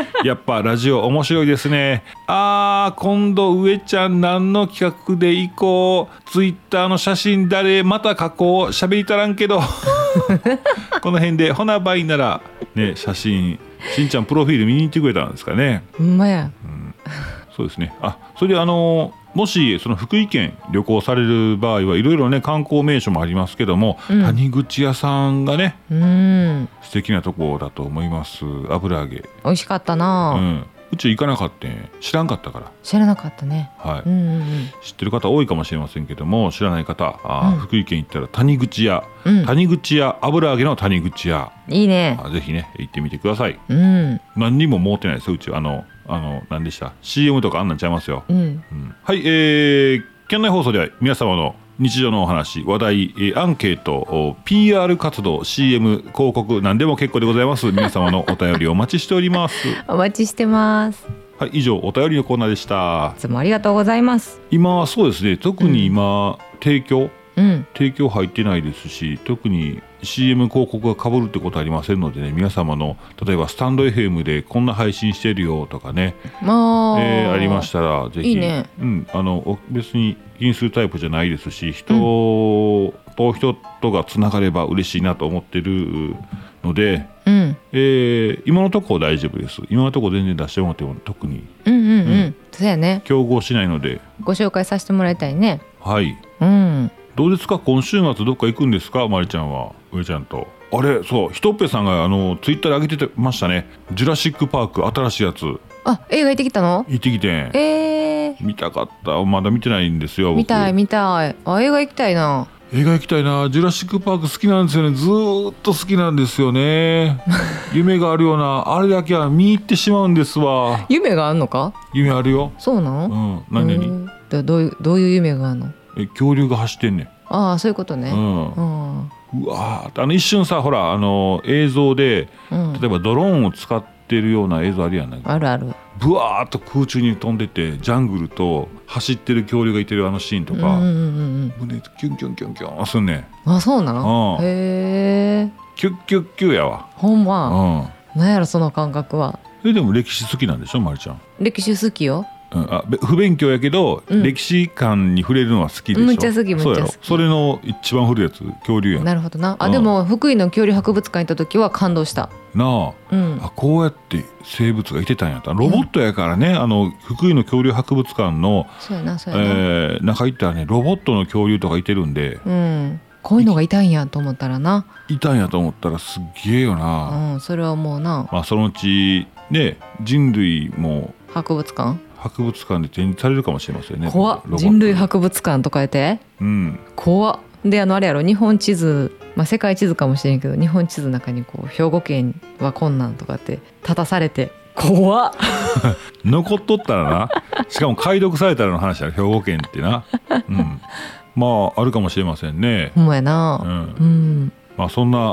Speaker 1: いやっぱラジオ面白いですねあー今度上ちゃん何の企画で行こうツイッターの写真誰また加工喋りたらんけ どこの辺でほなバイならね写真しんちゃんプロフィール見に行ってくれたんですかね
Speaker 2: ほんまや
Speaker 1: そうですね。あ、それであのもしその福井県旅行される場合はいろいろね観光名所もありますけども、
Speaker 2: うん
Speaker 1: 谷口屋さんがね
Speaker 2: うん
Speaker 1: 素敵なとこだと思います。油揚げ。
Speaker 2: 美味しかった
Speaker 1: う
Speaker 2: な、
Speaker 1: ん。うち行かなかったん知らんかったから。
Speaker 2: 知らなかったね
Speaker 1: はい。
Speaker 2: うんうん
Speaker 1: 知ってる方多いかもしれませんけども知らない方あー、
Speaker 2: うん
Speaker 1: 福井県行ったら谷口屋、
Speaker 2: うんうん
Speaker 1: 谷口屋油揚げの谷口屋
Speaker 2: いいね
Speaker 1: あぜひね行ってみてください
Speaker 2: うん
Speaker 1: 何にも持ってないですようちはあのあの何でした CM とかあんなんちゃいますよ
Speaker 2: うん
Speaker 1: うんはい、えー、県内放送では皆様の日常のお話、話題、えーアンケート、お PR 活動、CM、広告、何でも結構でございます。皆様のお便りお待ちしております。
Speaker 2: お待ちしてます
Speaker 1: はい、以上、お便りのコーナーでした
Speaker 2: い。つもありがとうございます
Speaker 1: 今、そうですね、特に今、提供、
Speaker 2: うん
Speaker 1: 提供入ってないですし、特に CM 広告が被るってことはありませんのでね、皆様の、例えばスタンド FM でこんな配信してるよとかね、
Speaker 2: まあ、
Speaker 1: えーありましたらぜひ
Speaker 2: いいね
Speaker 1: うん、あのお別に気にするタイプじゃないですし人と人とがつながれば嬉しいなと思ってるので、
Speaker 2: うんうん
Speaker 1: えー今のところ大丈夫です今のところ全然出してもらっても特に
Speaker 2: うんうんうんそうやね
Speaker 1: 競合しないので
Speaker 2: ご紹介させてもらいたいね
Speaker 1: はい
Speaker 2: うん
Speaker 1: どうですか今週末どっか行くんですかまりちゃんは上ちゃんとあれそうひとっぺさんがあのツイッターで上げててましたね「ジュラシック・パーク」新しいやつ行
Speaker 2: あ映画行ってきたの
Speaker 1: ってきてん
Speaker 2: えー、
Speaker 1: 見たかったまだ見てないんですよ僕
Speaker 2: 見たい見たいあ映画行きたいな
Speaker 1: 映画行きたいなジュラシック・パーク好きなんですよねずーっと好きなんですよ ね夢があるようなあれだけは見入ってしまうんですわ
Speaker 2: 夢があんのか
Speaker 1: 夢あるよ
Speaker 2: そうな
Speaker 1: うんん何
Speaker 2: う
Speaker 1: 々
Speaker 2: んどどういうどういう夢があるの
Speaker 1: え恐竜が走ってんね
Speaker 2: ああそういうこと
Speaker 1: ん
Speaker 2: ね
Speaker 1: うん
Speaker 2: うん
Speaker 1: うわーあの一瞬さほらあの映像で
Speaker 2: うん
Speaker 1: 例えばドローンを使ってるような映像あるやんなんか
Speaker 2: あるある
Speaker 1: ブワーっと空中に飛んでてジャングルと走ってる恐竜がいてるあのシーンと
Speaker 2: うんう
Speaker 1: か、
Speaker 2: んうん
Speaker 1: 胸キュンキュンキュンキュンすんねん
Speaker 2: うんあそうな
Speaker 1: うん
Speaker 2: んへえ
Speaker 1: キュッキュッキュやわ
Speaker 2: ほんま
Speaker 1: うん
Speaker 2: なんやろその感覚は
Speaker 1: えでも歴史好きなんでしょまるちゃん、
Speaker 2: 歴史好きよ
Speaker 1: うん、あべ不勉強やけど、
Speaker 2: うん
Speaker 1: 歴史観に触れるのは好きでしょ
Speaker 2: むっちゃ好きむっちゃ好き
Speaker 1: そうやろそれの一番古いやつ恐竜やんな
Speaker 2: なるほどな
Speaker 1: う
Speaker 2: あ
Speaker 1: ん
Speaker 2: でも福井の恐竜博物館行った時は感動し
Speaker 1: あ
Speaker 2: たうん
Speaker 1: あこうやって生物がいてたんやったロボットやからね、あの福井の恐竜博物館の、
Speaker 2: そうやなそうやな
Speaker 1: えー中行ったらねロボットの恐竜とかいてるんで
Speaker 2: うんこういうのが痛いんやと思ったらない
Speaker 1: たんやと思ったらすっげえよな、
Speaker 2: うんそれはもうな
Speaker 1: まあ、そのうちね人類も
Speaker 2: 博物館
Speaker 1: 博物館で展示されるかもしれませんね
Speaker 2: 怖っ
Speaker 1: ロボット
Speaker 2: 人類博物館とかやって
Speaker 1: うん
Speaker 2: 怖っであのあれやろ日本地図まあ世界地図かもしれんけど日本地図の中にこう兵庫県はこんなんとかって立たされて怖っ
Speaker 1: 残っとった らなしかも解読されたらの話だ兵庫県ってな、うん、まああるかもしれませんね、
Speaker 2: ほんまや
Speaker 1: う
Speaker 2: なんうん
Speaker 1: まあ、そんなあ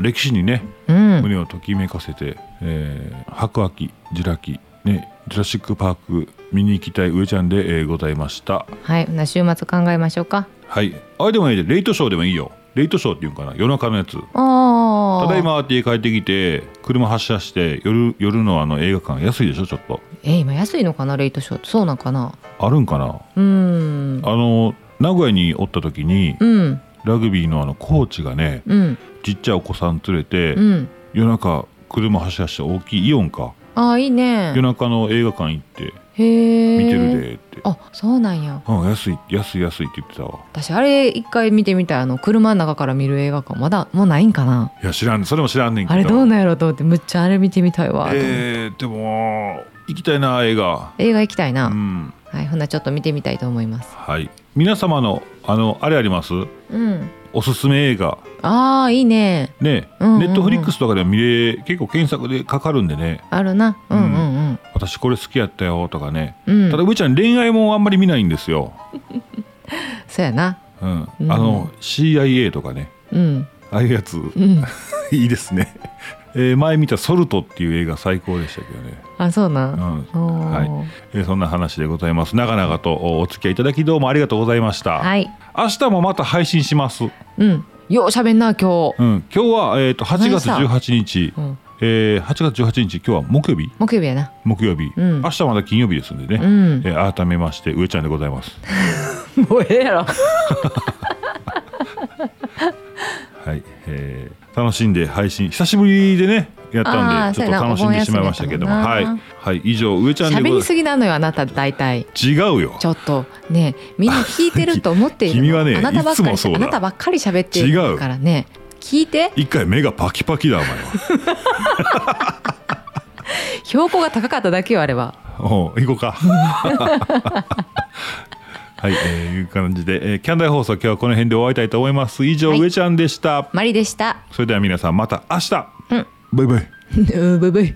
Speaker 1: ー歴史にね
Speaker 2: うん
Speaker 1: 胸をときめかせて、えー白亜紀ジュラ紀ねジュラシック・パーク見に行きたい上ちゃんで、えーございました
Speaker 2: はいほな週末考えましょうか
Speaker 1: はいあれでもいいでレイトショーでもいいよレイトショーっていうんかな夜中のやつ
Speaker 2: ああ
Speaker 1: ただいまって家帰ってきて車発車して夜夜のあの映画館安いでしょちょっと
Speaker 2: え今安いのかなレイトショーってそうなんかな
Speaker 1: あるんかな
Speaker 2: うん
Speaker 1: あの名古屋におった時に
Speaker 2: うん
Speaker 1: ラグビーのあのコーチがね
Speaker 2: うん
Speaker 1: ちっちゃいお子さん連れて、
Speaker 2: うん
Speaker 1: 夜中車走らして大きいイオンか、
Speaker 2: ああいいね
Speaker 1: 夜中の映画館行って
Speaker 2: へえ
Speaker 1: 見てるでって、
Speaker 2: あそうなんや
Speaker 1: うん、安い安い安いって言ってたわ
Speaker 2: 私あれ一回見てみたいあの車の中から見る映画館まだもうないんかない
Speaker 1: や知らんそれも知らんねんけど
Speaker 2: あれどうなんやろと思ってむっちゃあれ見てみたいわ、と思って
Speaker 1: えー、でも行きたいな映画
Speaker 2: 映画行きたいな、
Speaker 1: うん
Speaker 2: はいほなちょっと見てみたいと思います
Speaker 1: はい皆様のあのあれあります
Speaker 2: うん
Speaker 1: おすすめ映画
Speaker 2: ああいいね
Speaker 1: ね、
Speaker 2: うんうんうん
Speaker 1: ネットフリックスとかでも見れ結構検索でかかるんでね
Speaker 2: あるなうんうんうん
Speaker 1: 私これ好きやったよとかね、
Speaker 2: うん、
Speaker 1: ただ上ちゃん恋愛もんあんまり見ないんですよ、
Speaker 2: そうやな
Speaker 1: うん
Speaker 2: うん
Speaker 1: あの CIA とかね
Speaker 2: うん
Speaker 1: ああいうやつ
Speaker 2: うん
Speaker 1: いいですね、 えー前見た「ソルト」っていう映画最高でしたけどね、
Speaker 2: あそうな、
Speaker 1: うん ん
Speaker 2: おー
Speaker 1: はいえーそんな話でございます長々とおお付き合いいただきどうもありがとうございました、
Speaker 2: はい
Speaker 1: 明日もまた配信します、うん、
Speaker 2: うんようしゃべんな今日、
Speaker 1: 今日は、えー、と8月18日、
Speaker 2: うん、
Speaker 1: えー8月18日今日は木曜日
Speaker 2: 木曜日やな
Speaker 1: 木曜日、
Speaker 2: うん
Speaker 1: 明日まだ金曜日ですんでね、
Speaker 2: うん
Speaker 1: えー改めまして上ちゃんでございます。
Speaker 2: もうええやろ
Speaker 1: はい、えー楽しんで配信久しぶりでねやったん
Speaker 2: あー
Speaker 1: でちょ
Speaker 2: そう
Speaker 1: っと
Speaker 2: やな
Speaker 1: 楽しんでしまいましたけども
Speaker 2: お盆
Speaker 1: は
Speaker 2: 休
Speaker 1: い
Speaker 2: みやったもん
Speaker 1: はい以上上ちゃんで ご
Speaker 2: 喋り
Speaker 1: ざ
Speaker 2: す
Speaker 1: い
Speaker 2: ぎなのよあなた大
Speaker 1: ま
Speaker 2: 体
Speaker 1: す。違うよ。
Speaker 2: ちょっとねえみんな聞いてると思っているの
Speaker 1: 君はね
Speaker 2: あなたばっか
Speaker 1: いつも
Speaker 2: り
Speaker 1: そうだ
Speaker 2: あなたばっかり喋っているからね聞いて
Speaker 1: 一回目がパキパキだお 前は。
Speaker 2: 標高が高かっただけよあれは
Speaker 1: おう行こうか。 はい、えーいう感じで、えーキャンダイ放送今日はこの辺で終わりたいと思います。以上、
Speaker 2: はい
Speaker 1: 上ちゃんでした。
Speaker 2: マリでした
Speaker 1: それでは皆さんまた明日。
Speaker 2: うん
Speaker 1: バイバイ。
Speaker 2: うんバイバイ